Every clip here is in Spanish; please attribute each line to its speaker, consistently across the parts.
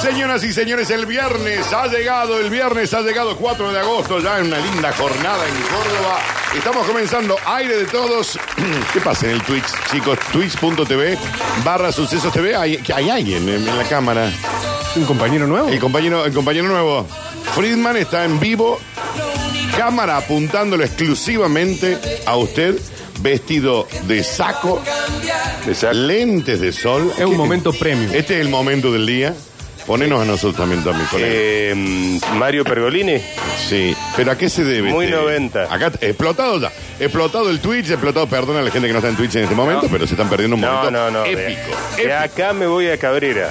Speaker 1: Señoras y señores, el viernes ha llegado, el viernes ha llegado 4 de agosto, ya en una linda jornada en Córdoba. Estamos comenzando aire de todos. ¿Qué pasa en el Twitch, chicos? Twitch.tv barra sucesos TV. Hay, que hay alguien en, en la cámara.
Speaker 2: ¿Un compañero nuevo?
Speaker 1: El compañero, el compañero nuevo. Friedman está en vivo, cámara apuntándolo exclusivamente a usted, vestido de saco, lentes de sol.
Speaker 2: Es un momento premium.
Speaker 1: Este es el momento del día. Ponenos a nosotros también, Tommy. ponelo.
Speaker 3: Eh, Mario Pergolini.
Speaker 1: Sí, pero ¿a qué se debe?
Speaker 3: Muy
Speaker 1: este?
Speaker 3: 90.
Speaker 1: Acá explotado ya. Explotado el Twitch, explotado, perdona a la gente que no está en Twitch en este momento, pero se están perdiendo un
Speaker 3: No,
Speaker 1: momento
Speaker 3: no, no. de-
Speaker 1: épico.
Speaker 3: De,
Speaker 1: Épico.
Speaker 3: acá me voy a Cabrera.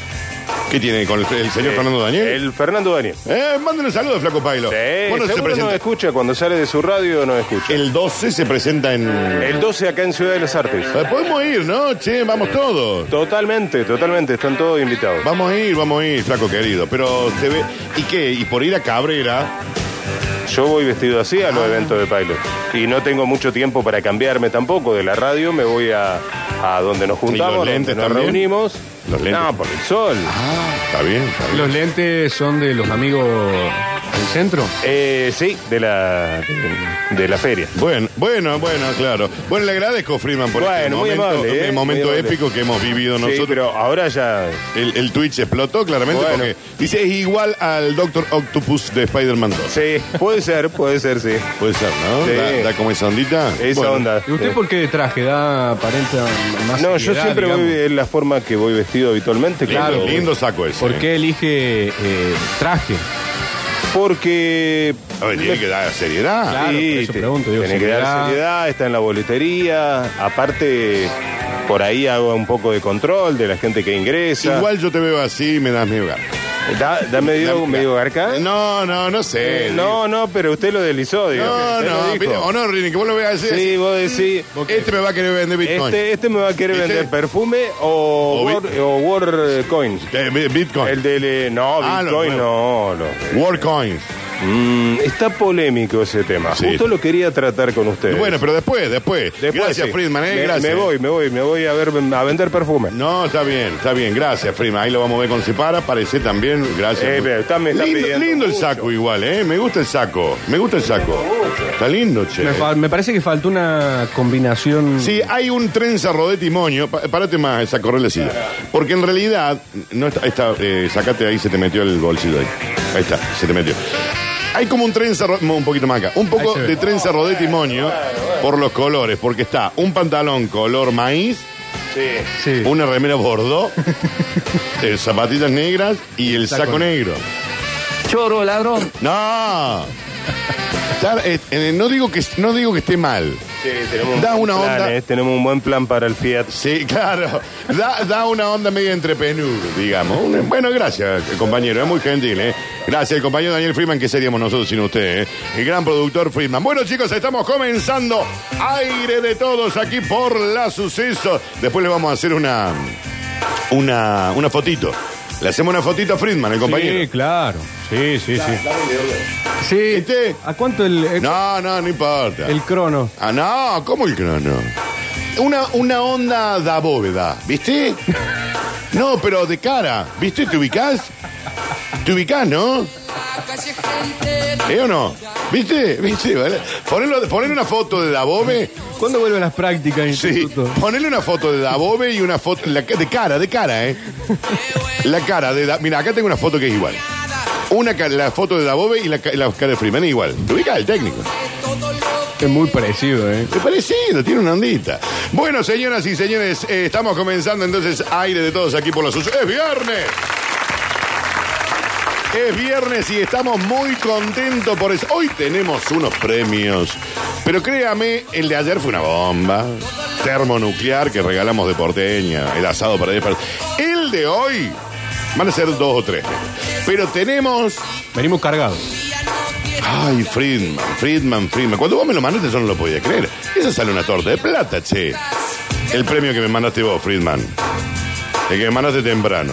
Speaker 1: ¿Qué tiene con el, el señor
Speaker 3: Eh,
Speaker 1: Fernando Daniel?
Speaker 3: El Fernando Daniel.
Speaker 1: Eh, mándenle saludos, Flaco Pailo.
Speaker 3: Sí,
Speaker 1: Bueno, se
Speaker 3: seguro nos
Speaker 1: presenta.
Speaker 3: escucha. Cuando sale de su radio nos escucha.
Speaker 1: El 12 se presenta en...
Speaker 3: El 12 acá en Ciudad de las Artes.
Speaker 1: Eh, Podemos ir, ¿no? Che, vamos todos.
Speaker 3: Totalmente, totalmente. Están todos invitados.
Speaker 1: Vamos a ir, vamos a ir, Flaco querido. Pero se ve... ¿Y qué? ¿Y por ir a Cabrera?
Speaker 3: Yo voy vestido así
Speaker 1: Ah.
Speaker 3: a los eventos de Pilot. Y no tengo mucho tiempo para cambiarme tampoco de la radio. Me voy a, a donde nos juntamos, donde
Speaker 1: lentes
Speaker 3: nos
Speaker 1: también?
Speaker 3: reunimos.
Speaker 1: Los lentes.
Speaker 3: No, por el sol.
Speaker 1: Ah, está bien, está bien.
Speaker 2: ¿Los lentes son de los amigos del centro?
Speaker 3: Eh, sí, de la, de la feria.
Speaker 1: Bueno, bueno, bueno, claro. Bueno, le agradezco, Freeman, por este
Speaker 3: Bueno, muy
Speaker 1: momento,
Speaker 3: amable,
Speaker 1: este
Speaker 3: eh,
Speaker 1: momento
Speaker 3: muy amable.
Speaker 1: épico que hemos vivido
Speaker 3: Sí,
Speaker 1: nosotros.
Speaker 3: pero ahora ya.
Speaker 1: El, el Twitch explotó claramente
Speaker 3: Bueno.
Speaker 1: porque dice es igual al Doctor Octopus de Spider-Man 2.
Speaker 3: Sí, puede ser, puede ser, sí.
Speaker 1: Puede ser, ¿no?
Speaker 3: Sí.
Speaker 1: Da, da como esa ondita.
Speaker 3: Esa
Speaker 1: Bueno,
Speaker 3: onda.
Speaker 2: ¿Y
Speaker 1: Eh.
Speaker 2: usted
Speaker 3: Sí.
Speaker 2: por qué de traje? ¿Da aparenta más
Speaker 3: No, yo
Speaker 2: seriedad,
Speaker 3: siempre
Speaker 2: digamos?
Speaker 3: voy en la forma que voy vestido habitualmente,
Speaker 1: Lindo,
Speaker 3: claro.
Speaker 1: lindo saco ese.
Speaker 2: ¿Por qué elige eh, traje?
Speaker 3: Porque.
Speaker 1: A ver, tiene que dar seriedad.
Speaker 2: Claro. por eso
Speaker 3: te-
Speaker 2: pregunto, digo,
Speaker 3: tiene que
Speaker 2: seriedad.
Speaker 3: dar seriedad, está en la boletería. Aparte, por ahí hago un poco de control de la gente que ingresa.
Speaker 1: Igual yo te veo así y me das miedo. garca. Eh,
Speaker 3: Da, da medio, medio garca. Eh,
Speaker 1: No, no, no sé.
Speaker 3: no, no, pero usted lo deslizó, digo.
Speaker 1: no,
Speaker 3: Usted lo
Speaker 1: no.
Speaker 3: dijo.
Speaker 1: pide- O no, Rini, que vos lo veas así.
Speaker 3: Sí, vos decís.
Speaker 1: Este me va a querer vender Bitcoin.
Speaker 3: Este, este me va a querer
Speaker 1: ¿Viste?
Speaker 3: vender perfume o,
Speaker 1: O bit-
Speaker 3: War- o Warcoin.
Speaker 1: Eh, bi- Bitcoin.
Speaker 3: El de... No,
Speaker 1: Ah, lo
Speaker 3: Bitcoin no. no.
Speaker 1: Warcoins.
Speaker 3: Mm, está polémico ese tema.
Speaker 1: Sí.
Speaker 3: Justo lo quería tratar con ustedes.
Speaker 1: Bueno, pero después, después.
Speaker 3: Eh. Después,
Speaker 1: gracias,
Speaker 3: sí.
Speaker 1: Friedman, eh,
Speaker 3: me,
Speaker 1: gracias.
Speaker 3: me voy, me voy, me voy a, ver, a vender perfume.
Speaker 1: No, está bien, está bien. Gracias, prima. Ahí lo vamos a ver con Separa. Parece también. Gracias.
Speaker 3: Eh, pero está- me está
Speaker 1: lindo,
Speaker 3: pidiendo
Speaker 1: lindo el
Speaker 3: mucho.
Speaker 1: saco igual, ¿eh? Me gusta el saco. Me gusta el saco. Está lindo, che.
Speaker 2: Me, fa- me parece que faltó una combinación.
Speaker 1: Sí, hay un trenza rodete y moño. Pa- Párate más, esa correla así. Porque en realidad, no está, está, eh, sacate ahí, se te metió el bolsillo ahí. Ahí está, se te metió. Hay como un trenza, ro- un poquito más acá, un poco
Speaker 2: Ahí se ve.
Speaker 1: de trenza rodete y moño por los colores, porque está un pantalón color maíz,
Speaker 2: Sí.
Speaker 1: una remera bordó, eh, zapatillas negras y el saco,
Speaker 2: Saco
Speaker 1: negro.
Speaker 4: Choro, ladrón.
Speaker 1: No. Está, eh, eh, no, digo que, no digo que esté mal.
Speaker 3: tenemos
Speaker 1: Da una
Speaker 3: plan,
Speaker 1: onda.
Speaker 3: eh, tenemos un buen plan para el Fiat.
Speaker 1: Sí, claro. Da, da una onda media entrepenur, digamos. Un- Bueno, gracias, compañero. Es muy gentil, ¿eh? Gracias, el compañero Daniel Freeman. ¿Qué seríamos nosotros sin usted, eh? El gran productor Freeman. Bueno, chicos, estamos comenzando. Aire de todos aquí por la suceso. Después le vamos a hacer una, una, una fotito. Le hacemos una fotito a Friedman, el
Speaker 2: Sí,
Speaker 1: compañero.
Speaker 2: claro. Sí, sí, sí. Sí.
Speaker 1: ¿Viste?
Speaker 2: ¿A cuánto el, el,
Speaker 1: No, no, no importa.
Speaker 2: el crono?
Speaker 1: Ah, no, ¿cómo el crono? Una, una onda da bóveda, ¿viste? No, pero de cara, ¿viste? ¿Te ubicás? ¿Te ubicás, no? ¿Eh o no? ¿Viste? ¿Viste? ¿Vale? Ponelo- ponele una foto de Dabove.
Speaker 2: ¿Cuándo vuelven las prácticas,
Speaker 1: Sí.
Speaker 2: instituto?
Speaker 1: Ponele una foto de Dabove y una foto la ca- de cara, de cara, ¿eh? La cara de... Da- Mira, acá tengo una foto que es igual. Una ca- la foto de Dabove y la, ca- la cara de Freeman es igual. ¿Te ubicás el técnico?
Speaker 2: Es muy parecido, ¿eh?
Speaker 1: Es parecido, tiene una ondita. Bueno, señoras y señores, eh, estamos comenzando entonces aire de todos aquí por los usos. ¡Es viernes! Es viernes y estamos muy contentos por eso. Hoy tenemos unos premios. Pero créame, el de ayer fue una bomba. Termonuclear que regalamos de porteña. El asado para 10 personas. El de hoy van a ser dos o tres. Pero tenemos.
Speaker 2: Venimos cargados.
Speaker 1: Ay, Friedman, Friedman, Friedman. Cuando vos me lo mandaste yo no lo podía creer. Eso sale una torta de plata, che. El premio que me mandaste vos, Friedman. El que me mandaste temprano.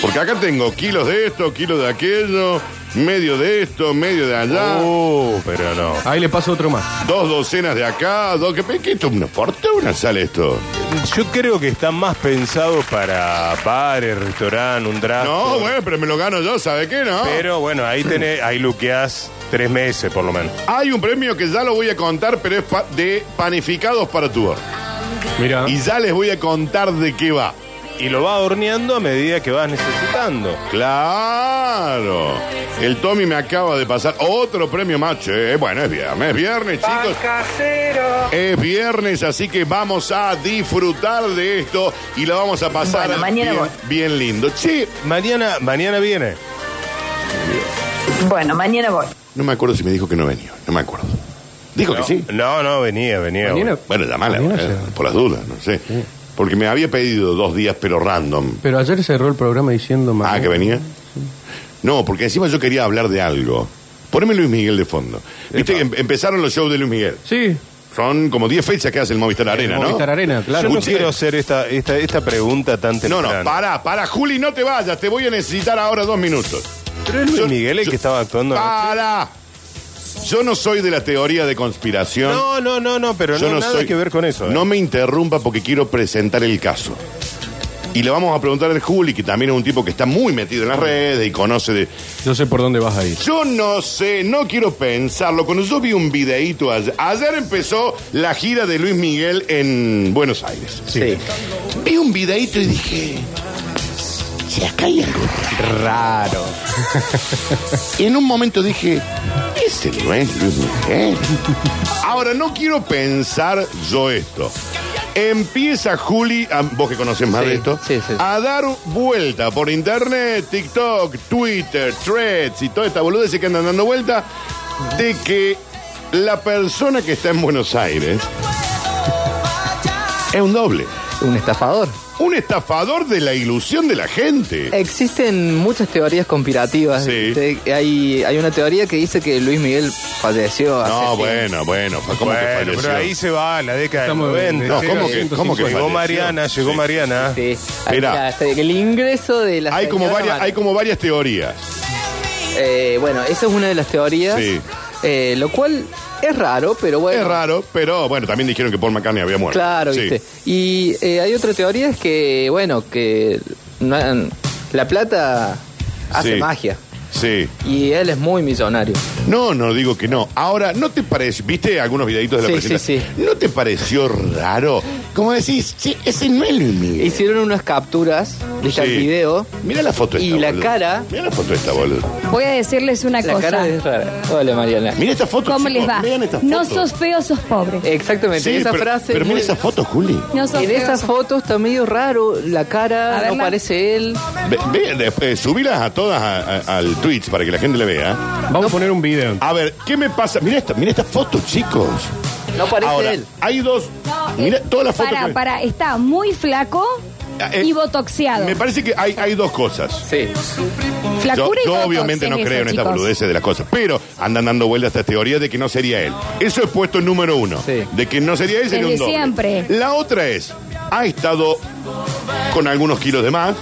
Speaker 1: Porque acá tengo kilos de esto, kilos de aquello, medio de esto, medio de allá.
Speaker 3: Uh, pero no.
Speaker 2: Ahí le paso otro más.
Speaker 1: Dos docenas de acá, dos que que esto es una fortuna sale esto.
Speaker 3: Yo creo que está más pensado para bares, restaurante, un draft.
Speaker 1: No, bueno, pero me lo gano yo, ¿sabe qué? No.
Speaker 3: Ah, Pero bueno, ahí tenés, ahí luqueás tres meses por lo menos.
Speaker 1: Hay un premio que ya lo voy a contar, pero es pa- de panificados para tu horno.
Speaker 2: Mira.
Speaker 1: Y ya les voy a contar de qué va.
Speaker 3: Y lo vas horneando a medida que vas necesitando.
Speaker 1: Claro. El Tommy me acaba de pasar otro premio macho. eh. Bueno, es viernes, es viernes, chicos. Es viernes, así que vamos a disfrutar de esto y la vamos a pasar
Speaker 4: Bueno, mañana
Speaker 1: bien,
Speaker 4: voy.
Speaker 1: bien lindo. Che,
Speaker 3: Mañana, mañana viene.
Speaker 4: Bueno, mañana voy.
Speaker 1: no me acuerdo si me dijo que no venía, no me acuerdo. Dijo que sí.
Speaker 3: No, no, venía, venía.
Speaker 2: Mañana-
Speaker 3: bueno.
Speaker 1: Bueno, llamala,
Speaker 2: Mañana
Speaker 1: eh,
Speaker 2: llega.
Speaker 1: por las dudas, no sé. Porque me había pedido dos días, pero random.
Speaker 2: Pero ayer cerró el programa diciendo.
Speaker 1: Ah,
Speaker 2: mañana.
Speaker 1: que venía. No, porque encima yo quería hablar de algo. Poneme Luis Miguel de fondo. Viste que em- empezaron los shows de Luis Miguel.
Speaker 2: Sí.
Speaker 1: Son como 10 fechas que hace el Movistar Arena, ¿no?
Speaker 2: Movistar Arena, claro.
Speaker 3: Yo no
Speaker 1: Gutiérrez.
Speaker 3: quiero hacer esta, esta, esta pregunta tan
Speaker 1: No, no,
Speaker 3: temprano.
Speaker 1: pará, pará, Juli, no te vayas, te voy a necesitar ahora dos minutos.
Speaker 3: Pero es Luis
Speaker 1: Yo-
Speaker 3: Miguel el
Speaker 1: yo-
Speaker 3: que estaba actuando.
Speaker 1: ¡Para! Yo no soy de la teoría de conspiración.
Speaker 3: No, no, no, no, pero
Speaker 1: Yo
Speaker 3: no,
Speaker 1: no
Speaker 3: nada
Speaker 1: soy-
Speaker 3: que ver con eso. eh.
Speaker 1: No me interrumpa porque quiero presentar el caso. Y le vamos a preguntar al Juli, que también es un tipo que está muy metido en las redes y conoce de.
Speaker 2: Yo sé por dónde vas a ir.
Speaker 1: Yo no sé, no quiero pensarlo. Cuando yo vi un videíto ayer, ayer empezó la gira de Luis Miguel en Buenos Aires.
Speaker 4: Sí.
Speaker 1: Vi un videíto y dije. Si acá hay algo
Speaker 2: Raro.
Speaker 1: Y en un momento dije, ese no es Luis Miguel. Ahora, no quiero pensar yo esto. Empieza Juli, a- vos que conoces más
Speaker 4: Sí,
Speaker 1: de esto,
Speaker 4: sí, sí.
Speaker 1: a dar vuelta por internet, TikTok, Twitter, threads y toda esta boludez que andan dando vuelta, de que la persona que está en Buenos Aires es un doble.
Speaker 5: Un estafador.
Speaker 1: Un estafador de la ilusión de la gente.
Speaker 5: Existen muchas teorías conspirativas.
Speaker 1: Sí.
Speaker 5: Te- hay, hay una teoría que dice que Luis Miguel falleció. hace
Speaker 1: No,
Speaker 5: tiempo.
Speaker 1: bueno, bueno, fue como que
Speaker 3: Bueno,
Speaker 1: falleció.
Speaker 3: pero ahí se va la década del
Speaker 2: Estamos en-
Speaker 3: 90.
Speaker 1: No, ¿cómo que,
Speaker 3: Llegó
Speaker 1: cómo que falleció?
Speaker 3: Mariana, llegó
Speaker 1: Sí.
Speaker 3: Mariana.
Speaker 5: Sí. Ahí
Speaker 1: Ah, Mirá.
Speaker 5: está, está, El ingreso de la
Speaker 1: Hay como,
Speaker 5: señora
Speaker 1: varias,
Speaker 5: Mar-
Speaker 1: hay como varias teorías.
Speaker 5: Eh, bueno, esa es una de las teorías.
Speaker 1: Sí.
Speaker 5: Eh, lo cual es raro, pero bueno.
Speaker 1: Es raro, pero bueno, también dijeron que Paul McCartney había muerto.
Speaker 5: Claro,
Speaker 1: Sí.
Speaker 5: viste. Y eh, hay otra teoría es que, bueno, que no- la plata hace
Speaker 1: Sí.
Speaker 5: magia.
Speaker 1: Sí.
Speaker 5: Y él es muy millonario.
Speaker 1: No, no digo que no. Ahora, ¿no te parece? ¿Viste algunos videitos de la
Speaker 5: Sí,
Speaker 1: presentación?
Speaker 5: sí,
Speaker 1: ¿No te pareció raro? Como decís, sí, ese no es Luis Miguel.
Speaker 5: Hicieron unas capturas, viste
Speaker 1: Sí.
Speaker 5: el video.
Speaker 1: Mira la foto esta,
Speaker 5: Y la
Speaker 1: boludo.
Speaker 5: cara-
Speaker 1: Mira la foto esta, boludo.
Speaker 6: Voy a decirles una
Speaker 5: La
Speaker 6: cosa.
Speaker 5: cara es rara. Hola, Mariana.
Speaker 1: Mira esta foto,
Speaker 6: ¿Cómo
Speaker 1: chicos.
Speaker 6: les va?
Speaker 1: Vean esta foto. Eh,
Speaker 6: No sos feo, sos pobre.
Speaker 5: Exactamente,
Speaker 1: Sí,
Speaker 5: esa
Speaker 1: pero,
Speaker 5: frase.
Speaker 1: Pero
Speaker 5: es
Speaker 1: mira
Speaker 5: muy-
Speaker 1: esa foto, Juli.
Speaker 6: No sos
Speaker 5: En
Speaker 6: feo,
Speaker 5: esas
Speaker 6: sos-
Speaker 5: fotos está medio raro, la cara,
Speaker 6: A ver,
Speaker 5: no
Speaker 6: la-
Speaker 5: parece él.
Speaker 1: Ve, ve, después, subilas a todas a- a- al Twitch para que la gente le vea.
Speaker 2: Vamos a poner un video.
Speaker 1: A ver, ¿qué me pasa? Mira esta, mira esta foto, chicos.
Speaker 5: No parece
Speaker 1: Ahora,
Speaker 5: él.
Speaker 1: hay dos.
Speaker 6: No,
Speaker 1: Mira,
Speaker 6: eh,
Speaker 1: todas las fotos.
Speaker 6: Para,
Speaker 1: que-
Speaker 6: para, está muy flaco
Speaker 1: Ah, eh,
Speaker 6: y botoxeado.
Speaker 1: Me parece que hay, hay dos cosas.
Speaker 5: Sí.
Speaker 1: Yo,
Speaker 6: Flacura y
Speaker 1: yo
Speaker 6: botox
Speaker 1: obviamente
Speaker 6: es
Speaker 1: no
Speaker 6: eso,
Speaker 1: creo en esta
Speaker 6: chicos.
Speaker 1: boludez de las cosas, pero andan dando vueltas estas teorías de que no sería él. Eso es puesto número uno.
Speaker 5: Sí.
Speaker 1: De que no sería él, sería
Speaker 6: Desde
Speaker 1: un doble.
Speaker 6: siempre.
Speaker 1: La otra es, ha estado con algunos kilos de más,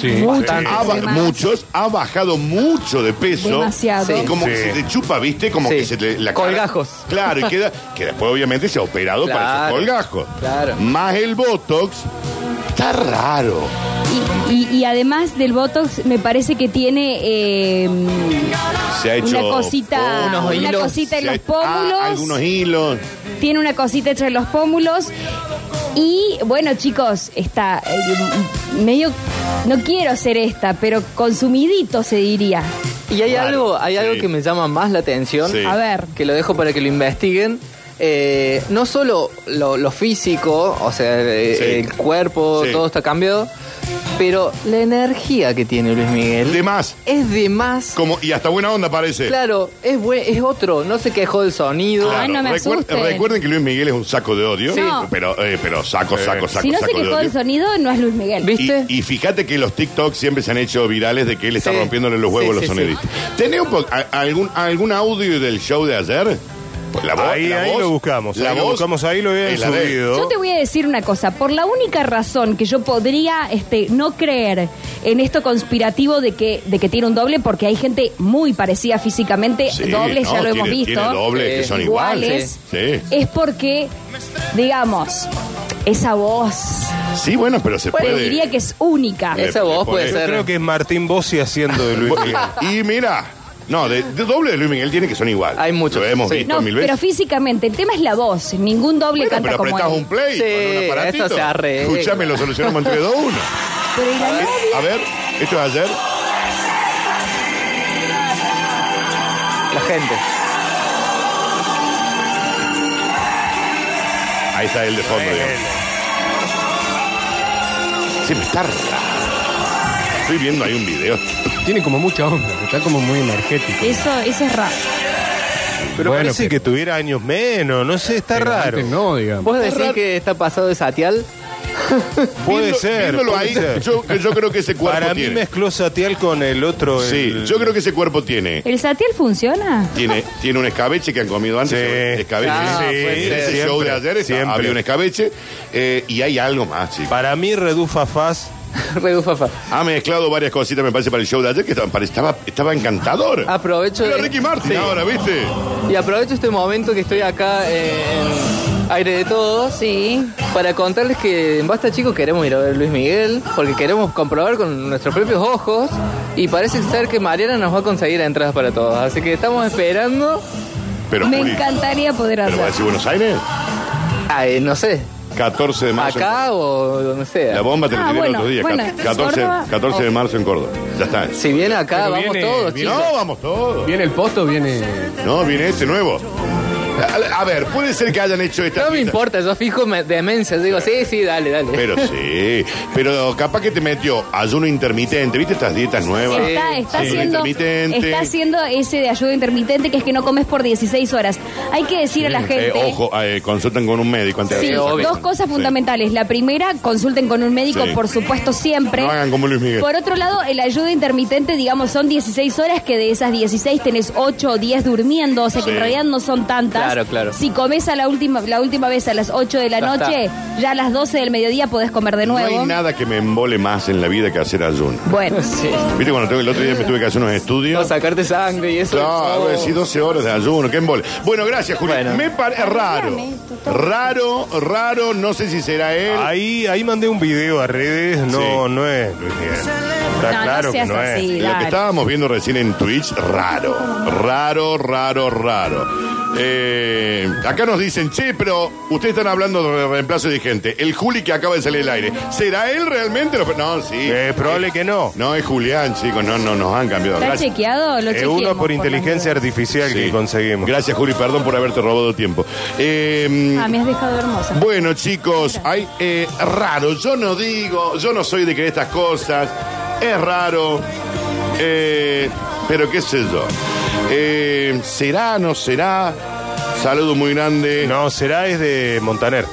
Speaker 2: Sí.
Speaker 6: Bastante.
Speaker 1: ha ba-
Speaker 6: De más.
Speaker 1: muchos, ha bajado mucho de peso.
Speaker 6: Demasiado.
Speaker 1: Y como
Speaker 3: Sí.
Speaker 1: que se te chupa, ¿viste? Como
Speaker 5: Sí.
Speaker 1: que se te la cara-
Speaker 5: Colgajos.
Speaker 1: Claro, y queda, que después obviamente se ha operado para esos
Speaker 5: Claro.
Speaker 1: colgajos.
Speaker 5: Claro.
Speaker 1: Más el Botox, está raro.
Speaker 6: Y, y- y además del botox, me parece que tiene eh,
Speaker 1: Se ha hecho
Speaker 6: una cosita,
Speaker 5: unos
Speaker 6: una
Speaker 5: hilos.
Speaker 6: cosita en
Speaker 1: Se ha
Speaker 6: los
Speaker 1: hecho- ah,
Speaker 6: pómulos.
Speaker 1: algunos hilos.
Speaker 6: Tiene una cosita entre los pómulos. Y bueno, chicos, está eh, medio. No quiero ser esta, pero consumidito se diría.
Speaker 5: Y hay
Speaker 1: Raro,
Speaker 5: algo, hay algo
Speaker 1: sí.
Speaker 5: que me llama más la atención,
Speaker 1: Sí.
Speaker 6: A ver.
Speaker 5: que lo dejo para que lo investiguen. Eh, no solo lo, lo físico, o sea, eh,
Speaker 1: Sí.
Speaker 5: el cuerpo,
Speaker 1: Sí.
Speaker 5: todo está cambiado, pero la energía que tiene Luis Miguel
Speaker 1: De más.
Speaker 5: es de más.
Speaker 1: Como, y hasta buena onda parece.
Speaker 5: Claro, es bue- es otro, no se quejó del sonido.
Speaker 6: Ay, no me asusten.
Speaker 1: Recuerden que Luis Miguel es un saco de odio.
Speaker 6: Sí. No.
Speaker 1: Pero, eh, pero saco, saco, saco,
Speaker 6: si no
Speaker 1: saco
Speaker 6: se
Speaker 1: de
Speaker 6: quejó
Speaker 1: odio.
Speaker 6: el sonido, no es Luis Miguel.
Speaker 5: ¿Viste?
Speaker 1: Y, y fíjate que los TikTok siempre se han hecho virales de que él está
Speaker 5: Sí.
Speaker 1: rompiéndole los
Speaker 5: Sí,
Speaker 1: huevos a
Speaker 5: sí,
Speaker 1: los
Speaker 5: sí.
Speaker 1: sonidistas. ¿Tenés un po- a- algún, algún audio del show de ayer? Pues la voz.
Speaker 3: Ahí-
Speaker 1: la
Speaker 3: ahí
Speaker 1: voz-
Speaker 3: lo buscamos,
Speaker 1: La
Speaker 3: ahí lo
Speaker 1: voz
Speaker 3: buscamos, ahí lo habían
Speaker 1: es la de él.
Speaker 3: subido.
Speaker 6: Yo te voy a decir una cosa, por la única razón que yo podría este, no creer en esto conspirativo de que, de que tiene un doble, porque hay gente muy parecida físicamente,
Speaker 1: Sí,
Speaker 6: Eh, dobles
Speaker 1: no,
Speaker 6: ya lo hemos
Speaker 1: tiene-
Speaker 6: visto.
Speaker 1: tiene dobles que
Speaker 5: Eh,
Speaker 1: son iguales.
Speaker 6: iguales. Es porque, digamos, esa voz,
Speaker 1: Sí. sí, bueno, pero se
Speaker 6: te
Speaker 1: puede. Eh,
Speaker 6: diría que es única.
Speaker 1: Le-
Speaker 5: Esa
Speaker 1: le
Speaker 5: voz
Speaker 1: pone-
Speaker 5: puede
Speaker 1: Yo
Speaker 3: Yo
Speaker 5: ser.
Speaker 3: creo que es Martín Bossi haciendo de Luis Miguel.
Speaker 1: Y mira, no, de, de doble de Luis Miguel tiene que son iguales.
Speaker 5: Hay muchos,
Speaker 1: Lo hemos
Speaker 5: sí.
Speaker 1: visto
Speaker 6: No,
Speaker 1: mil
Speaker 6: pero
Speaker 1: veces.
Speaker 6: físicamente, el tema es la voz, ningún doble
Speaker 1: Bueno,
Speaker 6: canta
Speaker 1: pero
Speaker 6: como
Speaker 1: apretás
Speaker 6: él.
Speaker 1: un play
Speaker 5: Sí,
Speaker 1: con un aparatito.
Speaker 5: eso se arregla.
Speaker 1: Escuchame, lo solucionamos entre dos uno. Eh,
Speaker 6: Pero ¿y la novia?
Speaker 1: A ver, esto es ayer.
Speaker 5: La gente.
Speaker 1: Ahí está el de fondo, digamos. Sí, me está raro. Estoy viendo ahí un video.
Speaker 2: Tiene como mucha onda, está como muy energético.
Speaker 6: Eso, eso es raro.
Speaker 3: Pero
Speaker 2: Bueno,
Speaker 3: parece
Speaker 2: pero-
Speaker 3: que tuviera años menos, no sé, está
Speaker 2: Pero
Speaker 3: raro.
Speaker 2: antes No, digamos.
Speaker 5: ¿Vos decís que está pasado de Satial?
Speaker 3: Puede
Speaker 1: Viendo-
Speaker 3: ser.
Speaker 1: viéndolo
Speaker 3: puede
Speaker 1: ahí,
Speaker 3: ser.
Speaker 1: Yo, yo creo que ese cuerpo
Speaker 3: Para mí
Speaker 1: tiene.
Speaker 3: mezcló Satial con el otro.
Speaker 1: Sí, yo creo que ese cuerpo tiene.
Speaker 6: ¿El Satiel funciona?
Speaker 1: Tiene, tiene un escabeche que han comido antes.
Speaker 3: Sí.
Speaker 1: Escabeche.
Speaker 5: Ah,
Speaker 1: Sí,
Speaker 5: puede
Speaker 1: en ese
Speaker 3: ser.
Speaker 1: show de
Speaker 3: Siempre,
Speaker 1: ayer está-
Speaker 3: siempre.
Speaker 1: había un escabeche. eh, y hay algo más, chicos.
Speaker 3: Para mí Redufa Faz.
Speaker 5: Redufafa.
Speaker 1: Ha mezclado varias cositas, me parece, para el show de ayer, que estaba, pare- estaba, estaba encantador.
Speaker 5: Aprovecho.
Speaker 1: Era
Speaker 5: de-
Speaker 1: Ricky Martin
Speaker 5: Sí.
Speaker 1: ahora, ¿viste?
Speaker 5: Y aprovecho este momento que estoy acá eh, en Aire de Todos.
Speaker 6: Sí.
Speaker 5: Para contarles que en Basta Chicos queremos ir a ver Luis Miguel, porque queremos comprobar con nuestros propios ojos, y parece ser que Mariana nos va a conseguir entradas para todos. Así que estamos esperando,
Speaker 1: Pero,
Speaker 6: Me
Speaker 1: Juli,
Speaker 6: encantaría poder
Speaker 1: ¿Pero va a
Speaker 6: hacer.
Speaker 1: decir Buenos Aires?
Speaker 5: ay, eh, no sé,
Speaker 1: 14 de marzo.
Speaker 5: acá o donde
Speaker 1: La
Speaker 5: sea.
Speaker 1: bomba te lo
Speaker 6: Ah,
Speaker 1: tiré
Speaker 6: bueno,
Speaker 1: el otro día.
Speaker 6: bueno.
Speaker 1: 14,
Speaker 6: Córdoba,
Speaker 1: 14 de marzo en Córdoba. Ya está.
Speaker 5: Si viene acá,
Speaker 2: Pero
Speaker 5: vamos
Speaker 2: viene-
Speaker 5: todos,
Speaker 2: viene-
Speaker 5: chicos.
Speaker 1: No, vamos todos.
Speaker 2: Viene el posto, viene.
Speaker 1: No, viene este nuevo. A, a ver, puede ser que hayan hecho esta.
Speaker 5: No me
Speaker 1: lista.
Speaker 5: importa, yo fijo me- demencia, digo, sí, sí, dale, dale.
Speaker 1: Pero sí. Pero capaz que te metió ayuno intermitente. ¿Viste estas dietas nuevas?
Speaker 6: Está, está
Speaker 1: Sí.
Speaker 6: haciendo,
Speaker 1: Intermitente.
Speaker 6: está haciendo ese de ayuda intermitente que es que no comes por 16 horas. Hay que decirle a la gente.
Speaker 1: Eh, ojo, eh, consulten con un médico antes
Speaker 6: Sí,
Speaker 1: de hacer esa
Speaker 5: obvio.
Speaker 6: dos
Speaker 1: cosa.
Speaker 6: cosas
Speaker 1: Sí.
Speaker 6: fundamentales. La primera, consulten con un médico,
Speaker 1: Sí.
Speaker 6: por supuesto, siempre.
Speaker 1: No hagan como Luis Miguel.
Speaker 6: Por otro lado, el ayuda intermitente, digamos, son 16 horas, que de esas 16 tenés 8 o 10 durmiendo, o sea que
Speaker 1: Sí.
Speaker 6: en realidad no son tantas.
Speaker 5: Claro, claro.
Speaker 6: Si comes a la última, la última vez a las 8 de la
Speaker 5: Ya
Speaker 6: noche, ya a las 12 del mediodía podés comer de
Speaker 1: No
Speaker 6: nuevo.
Speaker 1: hay nada que me embole más en la vida que hacer ayuno.
Speaker 6: Bueno,
Speaker 5: Sí.
Speaker 1: ¿Viste cuando tengo- el otro día me tuve que hacer unos
Speaker 5: No,
Speaker 1: estudios?
Speaker 5: sacarte sangre y eso.
Speaker 1: No, a ver, sí, 12 horas de ayuno, qué embole. Bueno, gracias, Julio.
Speaker 5: Bueno.
Speaker 1: Me parece raro. Raro, raro, no sé si será él.
Speaker 3: Ahí, ahí mandé un video a redes, no,
Speaker 1: Sí.
Speaker 3: no es Luis Miguel. Está
Speaker 6: No, no
Speaker 3: claro que
Speaker 6: seas
Speaker 3: no es.
Speaker 6: así.
Speaker 1: Lo que
Speaker 6: Claro.
Speaker 1: estábamos viendo recién en Twitch, raro. Raro, raro, raro. Eh, acá nos dicen, che, pero ustedes están hablando de reemplazo de gente. El Juli que acaba de salir al aire. ¿Será él realmente? lo- No, sí. Eh,
Speaker 3: Es probable que no.
Speaker 1: No es Julián, chicos. No, no, nos han cambiado.
Speaker 6: ¿está
Speaker 1: Gracias. Eh,
Speaker 6: chequeado? Lo
Speaker 3: Es uno
Speaker 6: chequeemos,
Speaker 3: por inteligencia
Speaker 6: las dudas.
Speaker 3: artificial
Speaker 1: Sí.
Speaker 3: que conseguimos.
Speaker 1: Gracias, Juli. Perdón por haberte robado tiempo. Eh,
Speaker 6: Ah, me has dejado hermosa.
Speaker 1: Bueno, chicos, hay, eh, raro. Yo no digo, yo no soy de creer estas cosas. Es raro. Eh, pero qué sé yo. Eh, ¿Será, no será? Saludo muy grande.
Speaker 3: No, será es de Montaner.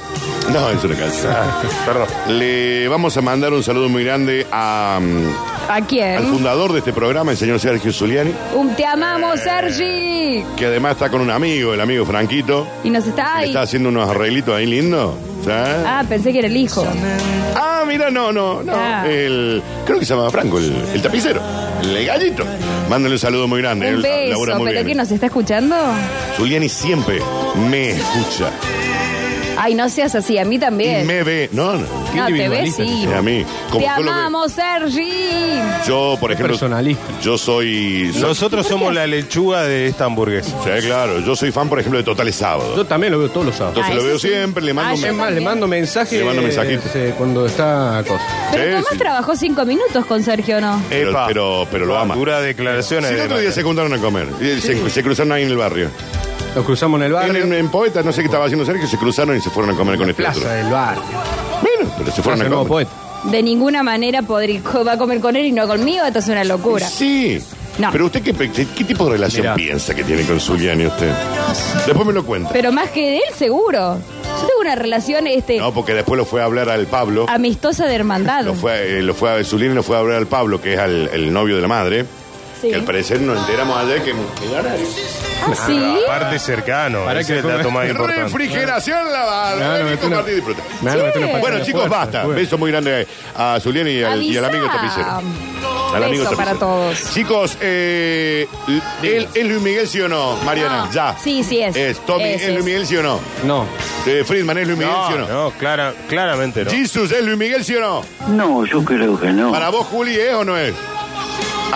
Speaker 1: No, eso no cansa.
Speaker 3: Ah, perdón.
Speaker 1: Le vamos a mandar un saludo muy grande a, mm,
Speaker 6: ¿A
Speaker 1: al
Speaker 6: quién?
Speaker 1: fundador de este programa, el señor Sergio Zuliani,
Speaker 6: Un te amamos, Sergi.
Speaker 1: que además está con un amigo, el amigo Franquito.
Speaker 6: Y nos está
Speaker 1: que
Speaker 6: ahí.
Speaker 1: Está haciendo unos arreglitos ahí lindos. ¿sí?
Speaker 6: Ah, pensé que era el hijo.
Speaker 1: Ah, mira, no, no, no.
Speaker 6: Ah.
Speaker 1: El, creo que se llamaba Franco, el, el tapicero, el gallito. Mándale un saludo muy grande.
Speaker 6: Un
Speaker 1: él labura
Speaker 6: beso,
Speaker 1: muy
Speaker 6: pero
Speaker 1: bien.
Speaker 6: que nos está escuchando.
Speaker 1: Giuliani siempre me escucha.
Speaker 6: Ay, no seas así, a mí
Speaker 1: Y
Speaker 6: también.
Speaker 1: me ve. No, no.
Speaker 6: No, te ves, sí.
Speaker 1: Es a mí. Como
Speaker 6: Te
Speaker 1: yo lo veo.
Speaker 6: amamos, Sergi.
Speaker 1: Yo, por ejemplo.
Speaker 2: personalista.
Speaker 1: Yo soy. soy-
Speaker 3: Nosotros somos la lechuga de esta hamburguesa.
Speaker 1: sí, claro. Yo soy fan, por ejemplo, de Totales Sábado.
Speaker 2: Yo también lo veo todos los sábados.
Speaker 1: Entonces
Speaker 6: Ah,
Speaker 1: lo
Speaker 6: eso
Speaker 1: veo
Speaker 6: sí.
Speaker 1: siempre, le mando
Speaker 6: Ah,
Speaker 1: un
Speaker 6: yo
Speaker 2: Es más,
Speaker 1: mensaje.
Speaker 2: le mando mensajes.
Speaker 1: Le mando mensajitos.
Speaker 2: eh, cuando está cosa.
Speaker 6: Pero
Speaker 1: Sí,
Speaker 6: Tomás
Speaker 1: sí.
Speaker 6: trabajó cinco minutos con Sergio, ¿no?
Speaker 1: Pero-
Speaker 3: Epa.
Speaker 1: pero- pero lo ama.
Speaker 3: Dura declaraciones.
Speaker 1: Sí, el
Speaker 3: de
Speaker 1: otro día
Speaker 3: Mario.
Speaker 1: se juntaron a comer. Y Se, se cruzaron ahí en el barrio.
Speaker 2: Nos cruzamos en el barrio.
Speaker 1: En, en- en Poeta, no sé qué estaba haciendo Sergio, se cruzaron y se fueron a comer con este otro.
Speaker 2: Plaza del barrio.
Speaker 1: Bueno, pero se fueron
Speaker 2: Plaza
Speaker 1: a
Speaker 2: del
Speaker 1: comer.
Speaker 2: nuevo poeta.
Speaker 6: De ninguna manera podría, va a comer con él y no conmigo, esto es una locura.
Speaker 1: Sí.
Speaker 6: No.
Speaker 1: Pero usted, ¿qué, qué- qué tipo de relación
Speaker 2: Mirá.
Speaker 1: piensa que tiene con Zuliani usted? Después me lo cuenta.
Speaker 6: Pero más que de él, seguro. Yo tengo una relación este,
Speaker 1: No, porque después lo fue a hablar al Pablo.
Speaker 6: Ah, amistosa de hermandad.
Speaker 1: Lo fue, a- eh, lo fue a, Zuliani lo fue a hablar al Pablo, que es al, el novio de la madre.
Speaker 6: Sí.
Speaker 1: Que al parecer nos enteramos ayer que que ganaron.
Speaker 6: Ah, sí.
Speaker 3: Parte cercano.
Speaker 2: Para
Speaker 3: ese
Speaker 2: que
Speaker 3: es el dato
Speaker 2: ponga-
Speaker 3: más importante.
Speaker 1: Refrigeración lavada.
Speaker 2: Claro,
Speaker 1: Ven y
Speaker 2: metí una-
Speaker 1: compartí y disfruta.
Speaker 2: Me van a meter una patada en
Speaker 1: Bueno,
Speaker 2: la
Speaker 1: chicos,
Speaker 2: puerta,
Speaker 1: basta.
Speaker 2: bueno.
Speaker 1: Beso muy grande a Zuliani y al, y al
Speaker 6: Avisá.
Speaker 1: amigo tapicero. Al amigo
Speaker 6: Beso
Speaker 1: tapicero.
Speaker 6: para todos.
Speaker 1: Chicos, eh, ¿él- ¿es Luis Miguel sí o no, Mariana?
Speaker 6: No.
Speaker 1: Ya.
Speaker 6: Ah, Sí, sí es.
Speaker 1: Es Tommy,
Speaker 6: Es,
Speaker 1: ¿es Luis
Speaker 6: es.
Speaker 1: Miguel sí o no?
Speaker 2: No.
Speaker 1: Eh, Friedman, ¿es Luis Miguel sí o no?
Speaker 3: No, no, clara, claramente no.
Speaker 1: Jesus, ¿es Luis Miguel sí o no?
Speaker 7: No, yo creo que no.
Speaker 1: Para vos, Juli, ¿es o no es?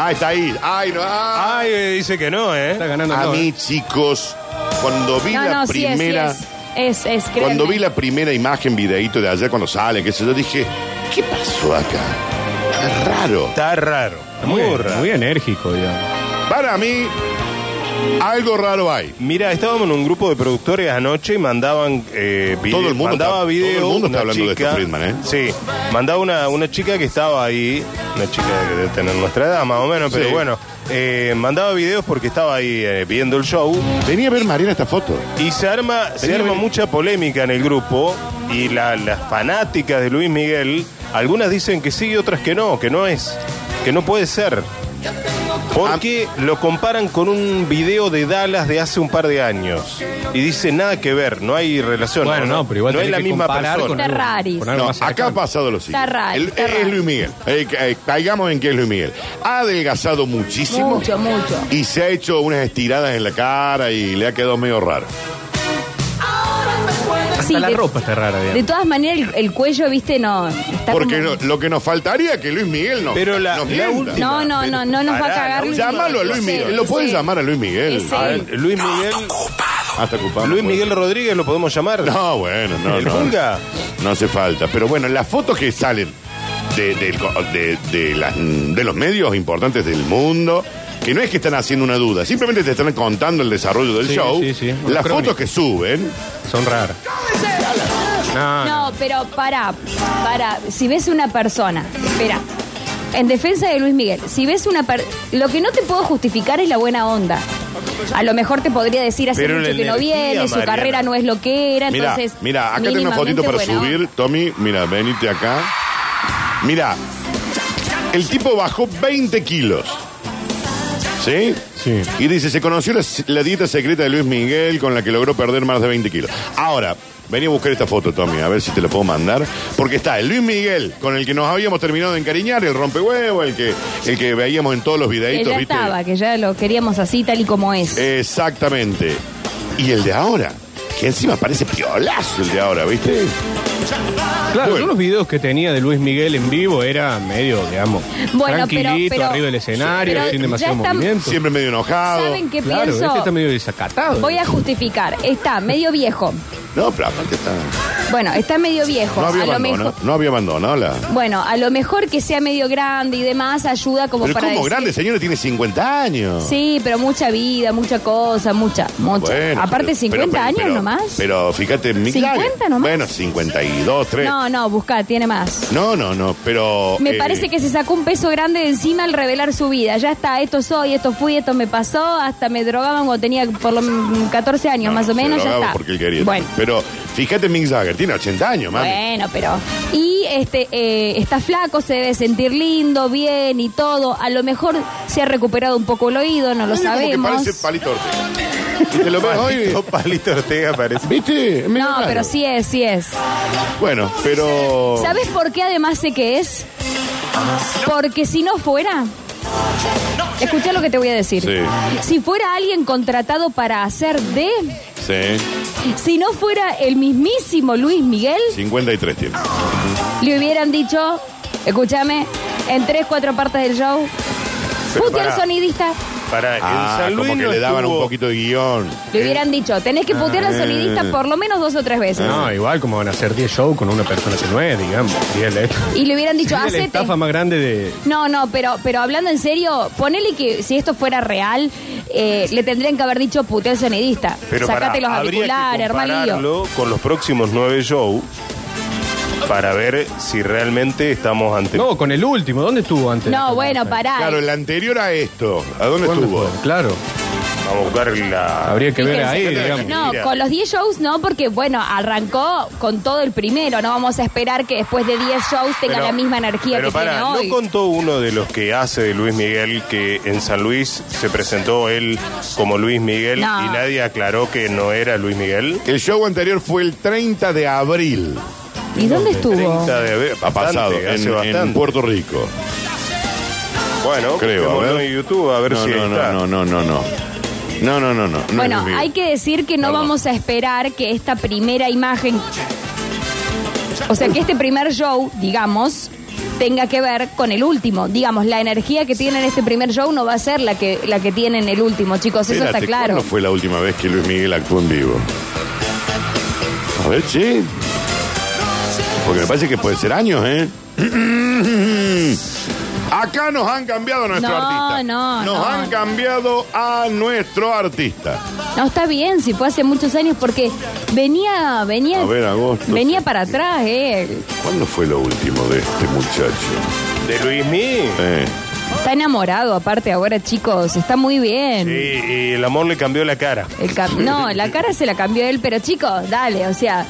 Speaker 1: Ah, está ahí. Ay, no. ah.
Speaker 3: Ay, eh, dice que no,
Speaker 2: Está
Speaker 3: ¿eh?
Speaker 2: ganando
Speaker 1: a
Speaker 2: todo,
Speaker 1: mí,
Speaker 2: ¿eh?
Speaker 1: chicos, cuando vi
Speaker 6: No,
Speaker 1: la
Speaker 6: no, sí es, sí
Speaker 1: primera.
Speaker 6: es. Es, es, créanme.
Speaker 1: Cuando vi la primera imagen, videíto de ayer cuando sale, qué sé yo, dije, ¿qué pasó acá? Es raro.
Speaker 3: Está raro. Muy,
Speaker 2: Muy,
Speaker 3: raro.
Speaker 2: muy enérgico, digamos.
Speaker 1: Para mí, algo raro hay.
Speaker 3: Mira, estábamos en un grupo de productores anoche y mandaban eh, video,
Speaker 1: Todo el mundo
Speaker 3: mandaba
Speaker 1: está-
Speaker 3: video.
Speaker 1: todo el mundo está
Speaker 3: una
Speaker 1: hablando de esto,
Speaker 3: chica-
Speaker 1: Friedman, ¿eh?
Speaker 3: Sí, mandaba una, una chica que estaba ahí, una chica que debe tener nuestra edad más o menos, pero
Speaker 1: Sí.
Speaker 3: bueno, eh, mandaba videos porque estaba ahí eh, viendo el show
Speaker 1: Venía a ver Mariana esta foto.
Speaker 3: y se arma, se
Speaker 1: Vení,
Speaker 3: arma
Speaker 1: vení.
Speaker 3: mucha polémica en el grupo y la- las fanáticas de Luis Miguel, algunas dicen que sí y otras que no, que no es, que no puede ser. Porque lo comparan con un video de Dallas de hace un par de años. Y dice nada que ver, no hay relación.
Speaker 2: Bueno, no, pero igual
Speaker 3: no es
Speaker 2: tenés
Speaker 3: la
Speaker 2: que
Speaker 3: misma
Speaker 2: comparar
Speaker 3: persona.
Speaker 2: con
Speaker 6: Está
Speaker 2: algo-
Speaker 6: rarísimo.
Speaker 2: con algo
Speaker 1: No,
Speaker 2: más
Speaker 1: acá ha
Speaker 2: cercano.
Speaker 1: pasado lo siguiente.
Speaker 6: Está raro,
Speaker 1: El-
Speaker 6: está
Speaker 1: es
Speaker 6: raro.
Speaker 1: Luis Miguel. Eh, eh, caigamos en que es Luis Miguel. Ha adelgazado muchísimo.
Speaker 6: Mucho, mucho.
Speaker 1: Y se ha hecho unas estiradas en la cara y le ha quedado medio raro.
Speaker 6: Sí,
Speaker 2: Hasta la
Speaker 6: de-
Speaker 2: ropa está rara,
Speaker 6: De
Speaker 2: digamos.
Speaker 6: todas maneras, el, el cuello, viste, no. Está
Speaker 1: Porque
Speaker 6: como-
Speaker 1: no- lo que nos faltaría es que Luis Miguel no.
Speaker 3: Pero la-
Speaker 1: nos
Speaker 3: la
Speaker 1: mienta.
Speaker 3: última-
Speaker 6: No, no, no, no nos va a
Speaker 3: Pará,
Speaker 6: cagar.
Speaker 3: no,
Speaker 6: Luis Miguel.
Speaker 1: Llámalo a Luis
Speaker 6: Yo sé,
Speaker 1: Miguel. Lo
Speaker 6: yo
Speaker 1: puedes
Speaker 6: sé.
Speaker 1: llamar a Luis Miguel.
Speaker 6: Es
Speaker 1: Ah,
Speaker 3: A ver, Luis Miguel,
Speaker 1: Hasta ocupado.
Speaker 3: Luis
Speaker 1: Bueno.
Speaker 3: Miguel Rodríguez lo podemos llamar.
Speaker 1: No, bueno, no.
Speaker 3: ¿El
Speaker 1: no,
Speaker 3: Pulga?
Speaker 1: No hace falta. Pero bueno, las fotos que salen de, del co- de- de las- de los medios importantes del mundo, que no es que están haciendo una duda, simplemente te están contando el desarrollo del
Speaker 2: Sí,
Speaker 1: show.
Speaker 2: sí, sí, una
Speaker 1: Las
Speaker 2: crónica.
Speaker 1: fotos que suben.
Speaker 2: Son raras. No, no.
Speaker 6: No, pero para, para. Si ves una persona, espera. En defensa de Luis Miguel, si ves una per- lo que no te puedo justificar es la buena onda. A lo mejor te podría decir hace
Speaker 3: Pero
Speaker 6: mucho
Speaker 3: la
Speaker 6: que no
Speaker 3: energía,
Speaker 6: viene, su
Speaker 3: Mariana.
Speaker 6: carrera no es lo que era,
Speaker 1: Mira,
Speaker 6: entonces.
Speaker 1: mira, acá tengo una
Speaker 6: mínimamente
Speaker 1: fotito para
Speaker 6: buena
Speaker 1: subir, Tommy. Mira, venite acá. Mira, el tipo bajó 20 kilos. ¿Sí?
Speaker 2: Sí.
Speaker 1: Y dice, se conoció la, la dieta secreta de Luis Miguel con la que logró perder más de 20 kilos. Ahora, vení a buscar esta foto, Tommy, a ver si te la puedo mandar. Porque está el Luis Miguel, con el que nos habíamos terminado de encariñar, el rompehuevo, el que, el que veíamos en todos los
Speaker 6: Que
Speaker 1: videitos,
Speaker 6: ya
Speaker 1: ¿viste? Eh,
Speaker 6: estaba, que ya lo queríamos así, tal y como es.
Speaker 1: Exactamente. Y el de ahora, que encima parece piolazo el de ahora, ¿viste?
Speaker 2: Claro,
Speaker 1: Bueno.
Speaker 2: yo los videos que tenía de Luis Miguel en vivo era medio, digamos,
Speaker 6: Bueno, pero-
Speaker 2: tranquilito,
Speaker 6: pero-
Speaker 2: arriba del escenario,
Speaker 6: pero
Speaker 2: sin
Speaker 6: ya
Speaker 2: demasiado
Speaker 6: están-
Speaker 2: movimiento.
Speaker 1: Siempre medio enojado.
Speaker 6: ¿Saben qué
Speaker 2: claro,
Speaker 6: pienso?
Speaker 2: este está medio desacatado.
Speaker 6: Voy a justificar. Está medio viejo.
Speaker 1: No, pero aparte está.
Speaker 6: Bueno, está medio viejo.
Speaker 1: No había
Speaker 6: a lo mejor.
Speaker 1: abandonado. No había abandonado la.
Speaker 6: Bueno, a lo mejor que sea medio grande y demás ayuda como
Speaker 1: Pero
Speaker 6: para
Speaker 1: como
Speaker 6: decir-
Speaker 1: grande señora tiene 50 años.
Speaker 6: Sí, pero mucha vida, mucha cosa, mucha, mucha.
Speaker 1: Bueno,
Speaker 6: Aparte,
Speaker 1: pero-
Speaker 6: 50
Speaker 1: pero-
Speaker 6: años
Speaker 1: pero-
Speaker 6: nomás.
Speaker 1: Pero fíjate, mi
Speaker 6: 50 nomás.
Speaker 1: Bueno, 52, 3.
Speaker 6: no, no, buscá, tiene más.
Speaker 1: No, no, no, pero.
Speaker 6: Me
Speaker 1: eh,
Speaker 6: parece que se sacó un peso grande de encima al revelar su vida. Ya está, esto soy, esto fui, esto me pasó. Hasta me drogaban cuando tenía por lo menos 14 años,
Speaker 1: no,
Speaker 6: más
Speaker 1: se
Speaker 6: o menos, ya
Speaker 1: drogaba
Speaker 6: está.
Speaker 1: Porque él quería.
Speaker 6: Bueno.
Speaker 1: Pero fíjate, Mick Jagger tiene 80 años, mami.
Speaker 6: Bueno, pero. Y este eh, está flaco, se debe sentir lindo, bien y todo. A lo mejor se ha recuperado un poco el oído, no lo
Speaker 1: Mira como que
Speaker 6: sabemos.
Speaker 1: parece palito Ortega. Y te lo ves hoy.
Speaker 3: Palito, Palito Ortega parece.
Speaker 1: ¿Viste? Es medio
Speaker 6: No,
Speaker 1: raro.
Speaker 6: pero sí es, sí es.
Speaker 1: Bueno, pero.
Speaker 6: ¿Sabes por qué además sé que es? Porque si no fuera. Escucha lo que te voy a decir.
Speaker 1: Sí.
Speaker 6: Si fuera alguien contratado para hacer de.
Speaker 1: Sí,
Speaker 6: Si no fuera el mismísimo Luis Miguel,
Speaker 1: 53 tiene.
Speaker 6: le hubieran dicho. Escúchame, en tres, cuatro partes del show.
Speaker 3: Pero
Speaker 6: Putea al
Speaker 3: pará.
Speaker 6: sonidista.
Speaker 3: Para el
Speaker 1: Ah,
Speaker 3: San Luis
Speaker 1: como que
Speaker 3: no
Speaker 1: le daban un
Speaker 3: estuvo-
Speaker 1: poquito de guión.
Speaker 6: Le hubieran dicho, tenés que putear
Speaker 3: Ah,
Speaker 6: al sonidista
Speaker 3: eh.
Speaker 6: por lo menos dos o tres veces.
Speaker 2: No, igual como van a hacer 10 shows con una persona que no es, digamos. Y él, eh,
Speaker 6: Y le hubieran dicho,
Speaker 2: es la
Speaker 6: hacete.
Speaker 2: estafa más grande de...
Speaker 6: No, no, pero, pero hablando en serio, ponele que si esto fuera real, eh, le tendrían que haber dicho putea al sonidista.
Speaker 3: Pero pará,
Speaker 6: Sacate los
Speaker 3: habría que
Speaker 6: auriculares, hermanillo.
Speaker 3: compararlo con los próximos nueve shows para ver si realmente estamos ante.
Speaker 2: No, con el último. ¿Dónde estuvo antes?
Speaker 6: No, bueno, pará.
Speaker 1: Claro, el anterior a esto. ¿A dónde
Speaker 2: ¿Cuándo
Speaker 1: estuvo?
Speaker 2: fue? Claro.
Speaker 3: a buscar la.
Speaker 2: Habría que ver
Speaker 6: Fíjense.
Speaker 2: ahí,
Speaker 3: Fíjense.
Speaker 2: digamos.
Speaker 6: No,
Speaker 3: Mira.
Speaker 6: con los 10 shows no, porque bueno, arrancó con todo el primero. No vamos a esperar que después de 10 shows tenga
Speaker 3: Pero-
Speaker 6: la misma energía
Speaker 3: pero
Speaker 6: que
Speaker 3: pará,
Speaker 6: tiene hoy.
Speaker 3: ¿No contó uno de los que hace de Luis Miguel que en San Luis se presentó él como Luis Miguel
Speaker 6: No.
Speaker 3: y nadie aclaró que no era Luis Miguel?
Speaker 1: El show anterior fue el 30 de abril.
Speaker 6: ¿Y dónde estuvo?
Speaker 3: 30 de abril,
Speaker 1: Ha pasado
Speaker 3: bastante, hace
Speaker 1: en- en,
Speaker 3: bastante.
Speaker 1: Puerto Rico.
Speaker 3: Bueno,
Speaker 1: Creo.
Speaker 3: busquémoslo en YouTube a ver
Speaker 1: no,
Speaker 3: si
Speaker 1: no,
Speaker 3: está.
Speaker 1: no, no, no, no, no. No, no, no, no. no
Speaker 6: Bueno,
Speaker 1: es Luis Miguel.
Speaker 6: hay que decir que no
Speaker 1: Perdón.
Speaker 6: vamos a esperar que esta primera imagen, o sea, que este primer show, digamos, tenga que ver con el último. Digamos, la energía que tienen este primer show no va a ser la que, la que tienen el último, chicos, eso
Speaker 1: Espérate,
Speaker 6: está claro.
Speaker 1: ¿Cuándo fue la última vez que Luis Miguel actuó en vivo? A ver, sí. Porque me parece que puede ser años, ¿eh? Acá nos han cambiado a nuestro
Speaker 6: No,
Speaker 1: artista.
Speaker 6: no,
Speaker 1: Nos
Speaker 6: no.
Speaker 1: han cambiado a nuestro artista.
Speaker 6: No, está bien, si fue hace muchos años, porque venía, venía,
Speaker 1: A ver, agosto,
Speaker 6: venía
Speaker 1: sí.
Speaker 6: para atrás, ¿eh?
Speaker 1: ¿Cuándo fue lo último de este muchacho?
Speaker 3: ¿De Luis Miguel?
Speaker 1: Eh,
Speaker 6: Está enamorado, aparte, ahora, chicos, está muy bien.
Speaker 3: Sí, y el amor le cambió la cara.
Speaker 6: El cam- no, la cara se la cambió él, pero chicos, dale, o sea,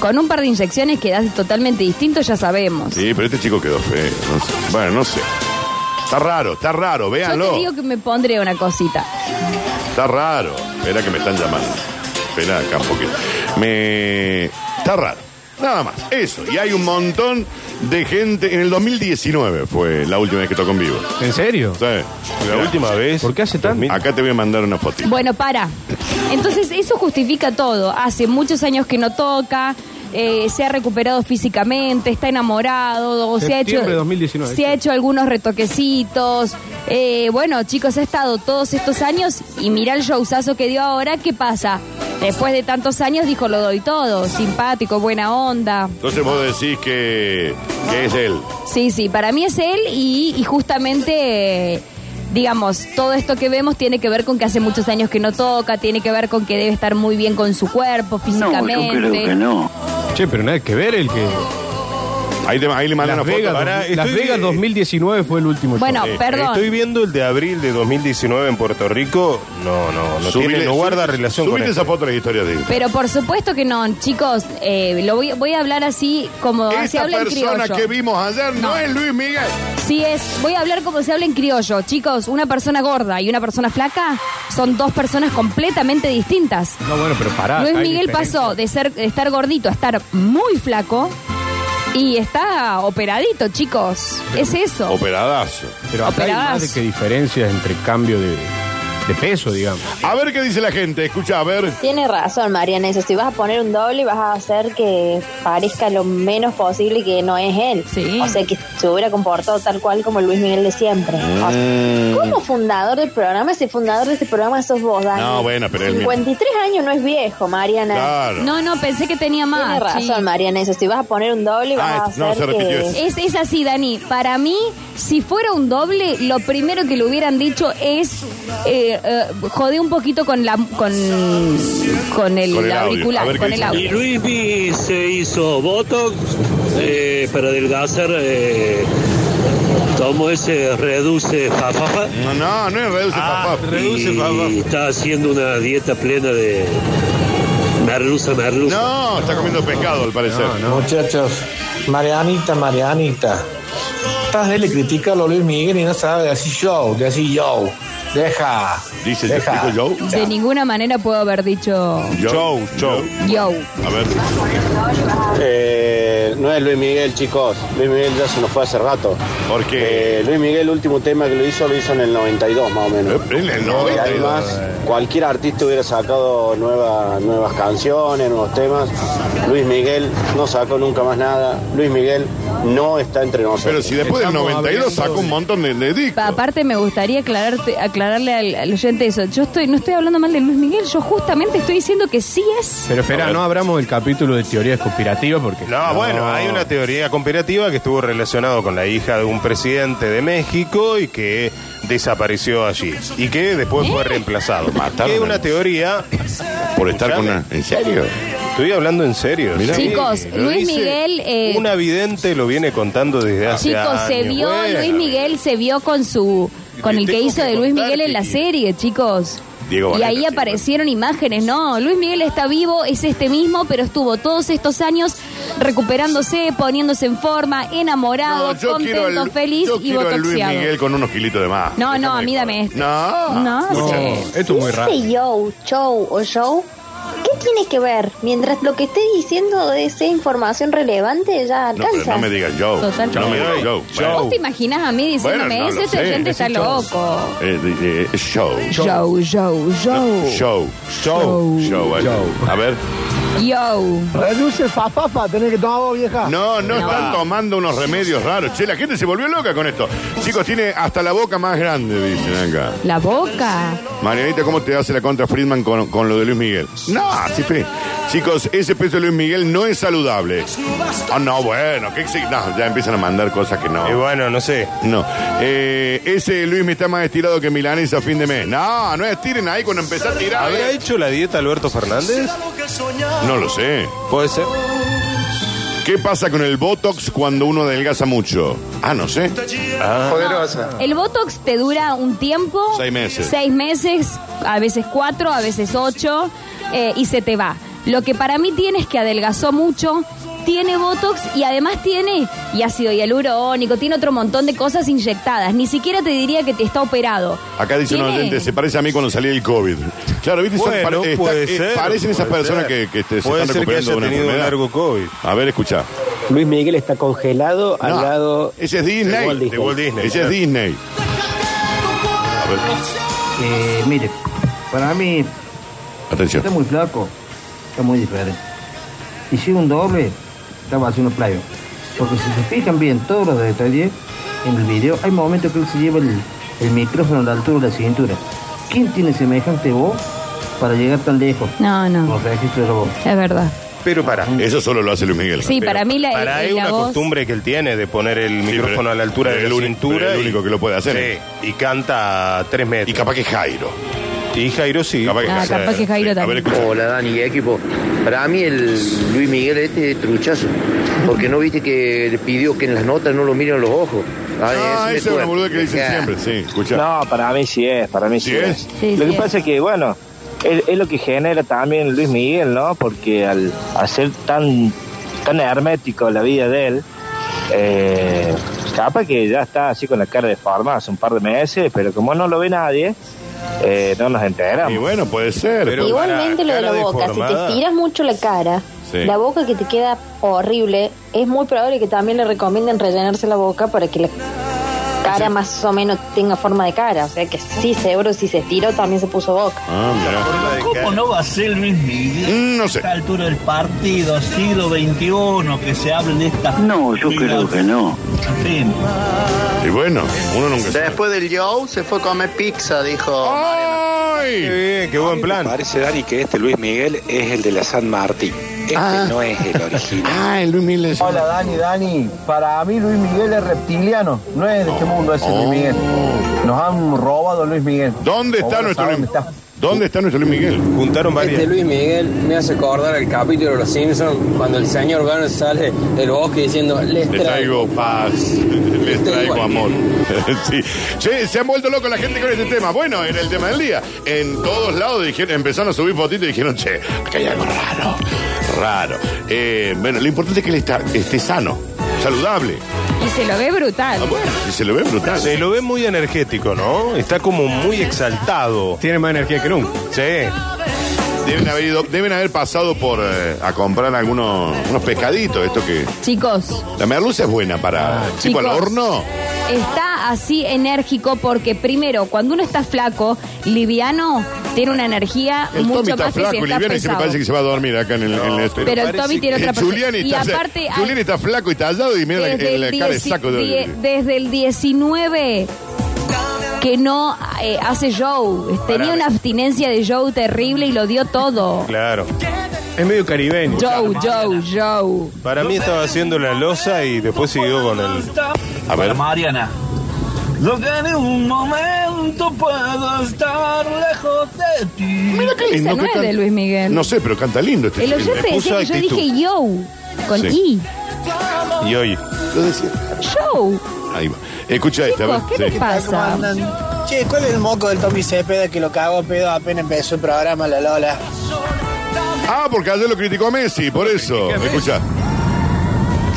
Speaker 6: con un par de inyecciones quedas totalmente distinto, ya sabemos.
Speaker 1: sí, pero este chico quedó feo. no sé. Bueno, no sé. Está raro, está raro,
Speaker 6: Yo te
Speaker 1: véanlo.
Speaker 6: digo que me pondré una cosita.
Speaker 1: Está raro. Espera que me están llamando. Espera acá un poquito. Me... Está raro. Nada más. Eso. Y hay un montón de gente. En el 2019 fue la última vez que tocó en vivo.
Speaker 2: ¿En serio?
Speaker 1: Sí.
Speaker 3: La última vez.
Speaker 2: ¿Por qué hace tanto?
Speaker 1: Acá te voy a mandar una fotito.
Speaker 6: Bueno, para. Entonces, eso justifica todo. Hace muchos años que no toca. eh, se ha recuperado físicamente, está enamorado, o se ha hecho,
Speaker 2: Septiembre de 2019.
Speaker 6: se ha hecho algunos retoquecitos. Eh, bueno, chicos, ha estado todos estos años y mira el showzazo que dio ahora, ¿qué pasa? Después de tantos años dijo, lo doy todo, simpático, buena onda.
Speaker 1: Entonces vos decís que, que es él.
Speaker 6: Sí, sí, para mí es él y, y justamente, eh, digamos, todo esto que vemos tiene que ver con que hace muchos años que no toca, tiene que ver con que debe estar muy bien con su cuerpo
Speaker 7: No, yo creo que
Speaker 6: físicamente.
Speaker 7: no.
Speaker 2: Che, pero nada que ver el que.
Speaker 1: Ahí, te- ahí le mandé
Speaker 2: Las
Speaker 1: una
Speaker 2: Vegas,
Speaker 1: foto.
Speaker 3: Pará,
Speaker 2: dos- Las
Speaker 3: estoy-
Speaker 2: Vegas 2019 fue el último.
Speaker 6: Bueno,
Speaker 3: Eh,
Speaker 6: perdón.
Speaker 3: Estoy viendo el de abril de 2019 en Puerto Rico. No, no, no,
Speaker 1: Subile-
Speaker 3: tiene- no guarda
Speaker 1: subile-
Speaker 3: relación con
Speaker 1: subile
Speaker 3: eso.
Speaker 1: esa foto a las historias de
Speaker 6: Pero por supuesto que no, chicos, eh, lo voy, voy a hablar así como se
Speaker 1: Esta
Speaker 6: habla en
Speaker 1: persona
Speaker 6: criollo.
Speaker 1: que vimos ayer no
Speaker 6: No.
Speaker 1: es Luis Miguel.
Speaker 6: Sí es, voy a hablar como se habla en criollo. Chicos, una persona gorda y una persona flaca son dos personas completamente distintas.
Speaker 2: No, bueno, pero
Speaker 1: Ah,
Speaker 2: pará.
Speaker 6: Luis
Speaker 2: acá hay
Speaker 6: Miguel
Speaker 2: diferencia.
Speaker 6: pasó de ser de estar gordito a estar muy flaco y está operadito, chicos. Es eso.
Speaker 1: Operadazo.
Speaker 2: Pero acá hay más de
Speaker 6: Operás.
Speaker 2: que diferencias entre cambio de, de peso, digamos.
Speaker 1: A ver qué dice la gente. Escucha, a ver.
Speaker 8: Tienes razón, Mariana. Eso, si vas a poner un doble, vas a hacer que parezca lo menos posible que no es él.
Speaker 6: Sí.
Speaker 8: O sea, que se hubiera comportado tal cual como Luis Miguel de siempre. O
Speaker 1: Ah.
Speaker 8: sea, como fundador del programa, si fundador de este programa sos vos, Dani.
Speaker 1: No, bueno, pero él mismo.
Speaker 8: 53 años no es viejo, Mariana.
Speaker 1: Claro.
Speaker 6: No, no, pensé que tenía
Speaker 8: Tienes
Speaker 6: más.
Speaker 8: razón,
Speaker 6: Ah, sí.
Speaker 8: Mariana. Eso, si vas a poner un doble, vas
Speaker 1: Ah,
Speaker 8: a
Speaker 1: no, se
Speaker 8: hacer
Speaker 1: repitió eso.
Speaker 8: que...
Speaker 6: Es, es así, Dani. Para mí, si fuera un doble, lo primero que le hubieran dicho es eh, eh, jode un poquito con la con, con el,
Speaker 1: Con el audio. A
Speaker 6: auricular,
Speaker 1: ver qué
Speaker 6: con el
Speaker 1: dice.
Speaker 9: Y
Speaker 6: audio.
Speaker 9: Luismi se hizo Botox eh, para adelgazar. Eh, tomó ese reduce jafafa.
Speaker 1: No, no, no es reduce
Speaker 3: Ah,
Speaker 1: papá.
Speaker 3: reduce papá.
Speaker 9: Y está haciendo una dieta plena de merluza, merluza.
Speaker 1: No, está comiendo pescado al parecer.
Speaker 10: Muchachos, Marianita, Marianita. Estás de le criticalo a Luis Miguel y no sabe así yo, de así yo. Deja.
Speaker 1: Dice, ¿yo
Speaker 10: deja.
Speaker 1: explico yo?
Speaker 6: De ninguna manera puedo haber dicho
Speaker 1: Show, show.
Speaker 6: yo.
Speaker 1: A ver.
Speaker 11: Eh, no es Luis Miguel, chicos. Luis Miguel ya se nos fue hace rato.
Speaker 1: Porque
Speaker 11: Eh, Luis Miguel, el último tema que lo hizo, lo hizo en el 92 más o menos.
Speaker 1: en el
Speaker 11: Y
Speaker 1: 90
Speaker 11: además, cualquier artista hubiera sacado nueva- nuevas canciones, nuevos temas. Luis Miguel no sacó nunca más nada. Luis Miguel no está entre nosotros.
Speaker 1: Pero si después del
Speaker 2: Estamos
Speaker 1: 92 sacó un montón de, de discos.
Speaker 6: Pa- Aparte me gustaría aclararte, aclararle al, al oyente eso. Yo estoy, no estoy hablando mal de Luis Miguel, yo justamente estoy diciendo que sí es.
Speaker 2: Pero
Speaker 3: A
Speaker 2: espera,
Speaker 3: ver.
Speaker 2: no abramos el capítulo de teorías conspirativas porque.
Speaker 3: No, bueno, hay una teoría conspirativa que estuvo relacionado con la hija de un presidente de México y que desapareció allí y que después fue reemplazado.
Speaker 1: Mataron
Speaker 3: Que es una
Speaker 1: al-
Speaker 3: teoría.
Speaker 1: Por estar con una.
Speaker 3: Escuchame.
Speaker 1: ¿En serio?
Speaker 3: Estoy hablando en serio.
Speaker 1: Mirá.
Speaker 6: Chicos,
Speaker 3: lo
Speaker 6: Luis
Speaker 3: dice
Speaker 6: Miguel, eh,
Speaker 3: una vidente lo viene contando desde hace
Speaker 6: Chicos,
Speaker 3: años.
Speaker 6: se vio,
Speaker 3: Bueno,
Speaker 6: Luis Miguel se vio con su. Con
Speaker 3: Le
Speaker 6: el que
Speaker 3: tengo
Speaker 6: hizo
Speaker 3: que
Speaker 6: de Luis
Speaker 3: contar
Speaker 6: Miguel
Speaker 3: que-
Speaker 6: en la serie, chicos.
Speaker 1: Diego
Speaker 6: Y
Speaker 1: Boneta,
Speaker 6: ahí
Speaker 1: sí.
Speaker 6: aparecieron imágenes, ¿no? Luis Miguel está vivo, es este mismo, pero estuvo todos estos años recuperándose, poniéndose en forma, enamorado,
Speaker 1: No, yo quiero
Speaker 6: contento,
Speaker 1: al-
Speaker 6: feliz
Speaker 1: yo
Speaker 6: y
Speaker 1: quiero al Luis
Speaker 6: botoxiado.
Speaker 1: Miguel con unos kilitos de más.
Speaker 6: No, no, a mí dame este.
Speaker 1: No.
Speaker 6: No, sí.
Speaker 2: esto es muy raro.
Speaker 8: Dice yo, show o show, ¿qué tiene que ver? Mientras lo que esté diciendo de esa información relevante ya
Speaker 1: No, pero
Speaker 8: alcanza.
Speaker 1: no me digas Joe.
Speaker 6: Total.
Speaker 1: No me digas Joe.
Speaker 6: ¿Vos te imaginas a mí diciéndome
Speaker 1: Bueno, no
Speaker 6: eso?
Speaker 1: lo
Speaker 6: Este
Speaker 1: sé.
Speaker 6: gente
Speaker 1: Ese
Speaker 6: está loco.
Speaker 1: Eh, eh, eh, show.
Speaker 6: Show, show, show.
Speaker 1: Show. Show. Show. eh. A ver.
Speaker 6: Yo.
Speaker 12: Reduce papá, tenés que tomar vos, vieja.
Speaker 1: No, no, están tomando unos remedios raros. Che, la gente se volvió loca con esto. Chicos, tiene hasta la boca más grande, dicen acá.
Speaker 6: La boca.
Speaker 1: Marianita, ¿cómo te hace la contra Friedman con, con lo de Luis Miguel? No, sí, fe. Chicos, ese peso de Luis Miguel no es saludable. Ah, no, bueno, ¿qué exi- No, ya empiezan a mandar cosas que no.
Speaker 3: Y Eh, bueno, no sé.
Speaker 1: No. Eh, ese Luis me está más estirado que Milanesa a fin de mes. No, no estiren ahí cuando empezá a tirar.
Speaker 3: ¿Habrá
Speaker 1: eh.
Speaker 3: hecho la dieta Alberto Fernández?
Speaker 1: No lo sé.
Speaker 3: Puede ser.
Speaker 1: ¿Qué pasa con el Botox cuando uno adelgaza mucho? Ah, no sé.
Speaker 6: Poderosa. El Botox te dura un tiempo.
Speaker 1: Seis meses.
Speaker 6: Seis meses, a veces cuatro, a veces ocho, eh, y se te va. Lo que para mí tiene es que adelgazó mucho, tiene Botox y además tiene y ácido hialurónico, tiene otro montón de cosas inyectadas. Ni siquiera te diría que te está operado.
Speaker 1: Acá dice un
Speaker 6: ¿Tiene?
Speaker 1: oyente, se parece a mí cuando salí del COVID. Claro, ¿viste? Son
Speaker 3: Bueno,
Speaker 1: pare-
Speaker 3: puede
Speaker 1: está- eh,
Speaker 3: ser,
Speaker 1: parecen esas
Speaker 3: puede
Speaker 1: personas
Speaker 3: ser.
Speaker 1: que, que este, se
Speaker 3: Puede
Speaker 1: están
Speaker 3: ser que
Speaker 1: recuperando
Speaker 3: haya
Speaker 1: de una
Speaker 3: tenido un
Speaker 1: enfermedad.
Speaker 3: largo COVID.
Speaker 1: A ver, escucha.
Speaker 11: Luis Miguel está congelado
Speaker 1: No,
Speaker 11: al lado.
Speaker 1: Ese es Disney.
Speaker 11: de Walt Disney.
Speaker 1: Ese es Disney. A ver,
Speaker 13: Eh, mire, para mí
Speaker 1: atención.
Speaker 13: está muy flaco, está muy diferente. Y si un doble, estaba haciendo playo. Porque si se fijan bien todos los detalles en el video, hay momentos que él se lleva el, el micrófono a la altura de la cintura. ¿Quién tiene semejante voz para llegar tan lejos?
Speaker 6: No, no.
Speaker 13: Los registros de voz.
Speaker 6: Es verdad.
Speaker 3: Pero para.
Speaker 1: Eso solo lo hace Luis Miguel.
Speaker 6: Sí,
Speaker 1: Pero-
Speaker 6: para mí la-
Speaker 3: Para hay
Speaker 6: eh, la
Speaker 3: una
Speaker 6: voz-
Speaker 3: costumbre que él tiene de poner el micrófono a la altura
Speaker 1: pero
Speaker 3: de la
Speaker 1: el uni- pero
Speaker 3: cintura.
Speaker 1: el
Speaker 3: y-
Speaker 1: único que lo puede hacer.
Speaker 3: Sí, y canta a tres metros. Y
Speaker 1: capaz que Jairo.
Speaker 3: Y Jairo sí. Capaz
Speaker 6: Ah, capaz que Jairo también.
Speaker 4: Hola Dani y equipo. Para mí el Luis Miguel este es truchazo. Porque no viste que le pidió que en las notas no lo miren los ojos. Ay,
Speaker 1: Ah,
Speaker 4: me
Speaker 1: esa es una
Speaker 4: tuerce.
Speaker 1: boluda que dicen
Speaker 4: Ah.
Speaker 1: siempre. Sí, escucha.
Speaker 11: No, para mí sí es, para mí sí,
Speaker 1: ¿Sí
Speaker 11: es.
Speaker 1: es?
Speaker 6: Sí,
Speaker 11: lo
Speaker 6: sí
Speaker 11: que
Speaker 6: es.
Speaker 11: pasa es que, bueno, es, es lo que genera también Luis Miguel, ¿no? Porque al hacer tan, tan hermético la vida de él, eh, capaz que ya está así con la cara deformada hace un par de meses, pero como no lo ve nadie, eh, no nos enteramos.
Speaker 1: Y bueno, puede ser.
Speaker 3: Pero
Speaker 8: Igualmente lo de la
Speaker 3: cara
Speaker 8: boca, si te
Speaker 3: deformada.
Speaker 8: estiras mucho la cara,
Speaker 1: Sí.
Speaker 8: la boca que te queda horrible, es muy probable que también le recomienden rellenarse la boca para que la cara más o menos tenga forma de cara. O sea que sí, seguro, si se estiró también se puso boca.
Speaker 1: Ah, mira.
Speaker 14: ¿Cómo no va a ser Luis Miguel?
Speaker 1: No sé.
Speaker 14: A esta altura del partido, siglo XXI, que se hable de esta.
Speaker 7: No, yo creo que no.
Speaker 14: En fin.
Speaker 1: Y bueno, uno nunca sabe.
Speaker 15: Después del show se fue a comer pizza, dijo.
Speaker 1: ¡Ay!
Speaker 3: Qué bien, qué buen plan.
Speaker 11: Parece, Dani, que este Luis Miguel es el de la San Martín. Este
Speaker 15: Ah.
Speaker 11: no es el original.
Speaker 1: Ah, el Luis Miguel.
Speaker 13: Hola Dani, Dani. Para mí Luis Miguel es reptiliano, no es de este mundo ese
Speaker 3: Oh.
Speaker 13: Luis Miguel. Nos han robado Luis Miguel.
Speaker 1: Oh. ¿Dónde está nuestro Luis ¿Dónde está nuestro Luis Miguel?
Speaker 3: Juntaron varias.
Speaker 16: Este Luis Miguel me hace acordar el capítulo de Los Simpsons cuando el señor Burns sale del bosque diciendo les
Speaker 1: Les
Speaker 16: traigo.
Speaker 1: traigo paz, les traigo amor. Sí. Sí, se han vuelto locos la gente con este tema. Bueno, era el tema del día. En todos lados dijeron, empezaron a subir fotitos y dijeron, che, acá hay algo raro, raro. Eh, bueno, lo importante es que él está, esté sano, saludable.
Speaker 6: Y se lo ve brutal.
Speaker 1: Y se lo ve brutal.
Speaker 3: Se lo ve muy energético, ¿no? Está como muy exaltado.
Speaker 2: Tiene más energía que nunca.
Speaker 3: Sí.
Speaker 1: Deben haber, ido- deben haber pasado por eh, a comprar algunos unos pescaditos, esto que...
Speaker 6: Chicos,
Speaker 1: La merluza es buena para... Tipo al
Speaker 6: Chicos.
Speaker 1: horno.
Speaker 6: está así enérgico porque primero, cuando uno está flaco, liviano, tiene una energía
Speaker 1: El
Speaker 6: mucho
Speaker 1: Tommy está
Speaker 6: más que si
Speaker 1: flaco y
Speaker 6: está
Speaker 1: liviano y se me
Speaker 6: pesado.
Speaker 1: parece que se va a dormir acá en el, en el estudio.
Speaker 6: pero el Tommy tiene otra
Speaker 1: El Julián
Speaker 6: percepción.
Speaker 1: está,
Speaker 6: Y aparte hay-
Speaker 1: Julián está flaco y tallado y mira la,
Speaker 6: Desde
Speaker 1: la
Speaker 6: el
Speaker 1: cara de
Speaker 6: dieci-
Speaker 1: saco de...
Speaker 6: die- desde el 19 que no eh, hace show. Tenía una abstinencia de show terrible y lo dio todo.
Speaker 3: Claro. Es medio caribeño.
Speaker 6: Joe, Joe, Joe.
Speaker 3: Para mí estaba haciendo la losa y después siguió con el.
Speaker 1: A ver.
Speaker 14: Mariana. Yo que en un momento puedo estar lejos de ti.
Speaker 6: Mira
Speaker 1: qué lindo
Speaker 6: Esa no
Speaker 1: que
Speaker 6: es
Speaker 1: canta.
Speaker 6: de Luis Miguel.
Speaker 1: No sé, pero canta lindo este
Speaker 6: El
Speaker 1: chico.
Speaker 6: oyente
Speaker 1: Le puso
Speaker 6: decía que yo
Speaker 1: actitud.
Speaker 6: dije yo con
Speaker 1: Sí.
Speaker 6: I.
Speaker 1: Y hoy. Lo decía.
Speaker 6: Show.
Speaker 1: Ahí va. Escucha esta, Este, a ver.
Speaker 6: Chicos, ¿qué les
Speaker 1: Sí.
Speaker 6: pasa?
Speaker 17: Che, ¿cuál es el moco del Tommy Cepeda que lo cagó pedo apenas empezó el programa La Lola?
Speaker 1: Ah, porque ayer lo criticó a Messi, por eso. Escucha.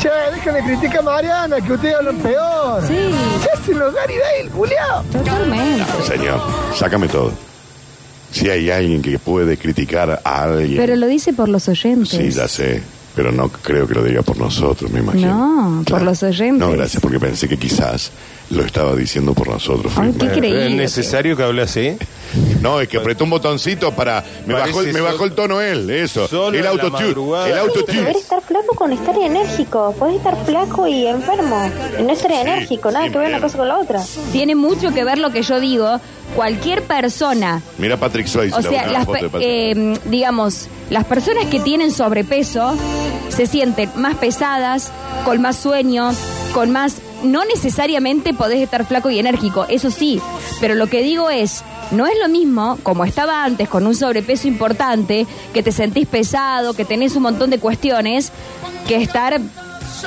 Speaker 12: Che, déjenle criticar a Mariana, que ustedes hablan peor. Sí. ¿Qué hacen los Gary Dale, Julián?
Speaker 6: Totalmente.
Speaker 1: Señor, sácame todo. Si hay alguien que puede criticar a alguien.
Speaker 6: Pero lo dice por los oyentes.
Speaker 1: Sí, ya sé. Pero no creo que lo diga por nosotros, me imagino.
Speaker 6: No, por los oyentes.
Speaker 1: No, gracias, porque pensé que quizás lo estaba diciendo por nosotros.
Speaker 6: Ay,
Speaker 1: Friedman.
Speaker 6: qué creído ¿Es
Speaker 3: necesario que hable así?
Speaker 1: No, es que apretó un botoncito para. Me bajó, el- me
Speaker 3: Parece
Speaker 1: bajó el tono él, eso. El autotune. El autotune.
Speaker 8: Deber estar flaco con estar enérgico. Puedes estar flaco y enfermo. Y no estar
Speaker 6: Sí,
Speaker 8: enérgico, nada
Speaker 1: sí,
Speaker 8: que ver una
Speaker 1: bien.
Speaker 8: cosa con la otra.
Speaker 6: Tiene mucho que ver lo que yo digo. Cualquier persona
Speaker 1: Mira Patrick Swayze.
Speaker 6: O
Speaker 1: la
Speaker 6: sea,
Speaker 1: última
Speaker 6: las,
Speaker 1: foto de
Speaker 6: pe-
Speaker 1: Patrick.
Speaker 6: eh, digamos, las personas que tienen sobrepeso se sienten más pesadas, con más sueño, con más... No necesariamente podés estar flaco y enérgico, eso sí, pero lo que digo es, no es lo mismo como estaba antes con un sobrepeso importante, que te sentís pesado, que tenés un montón de cuestiones, que estar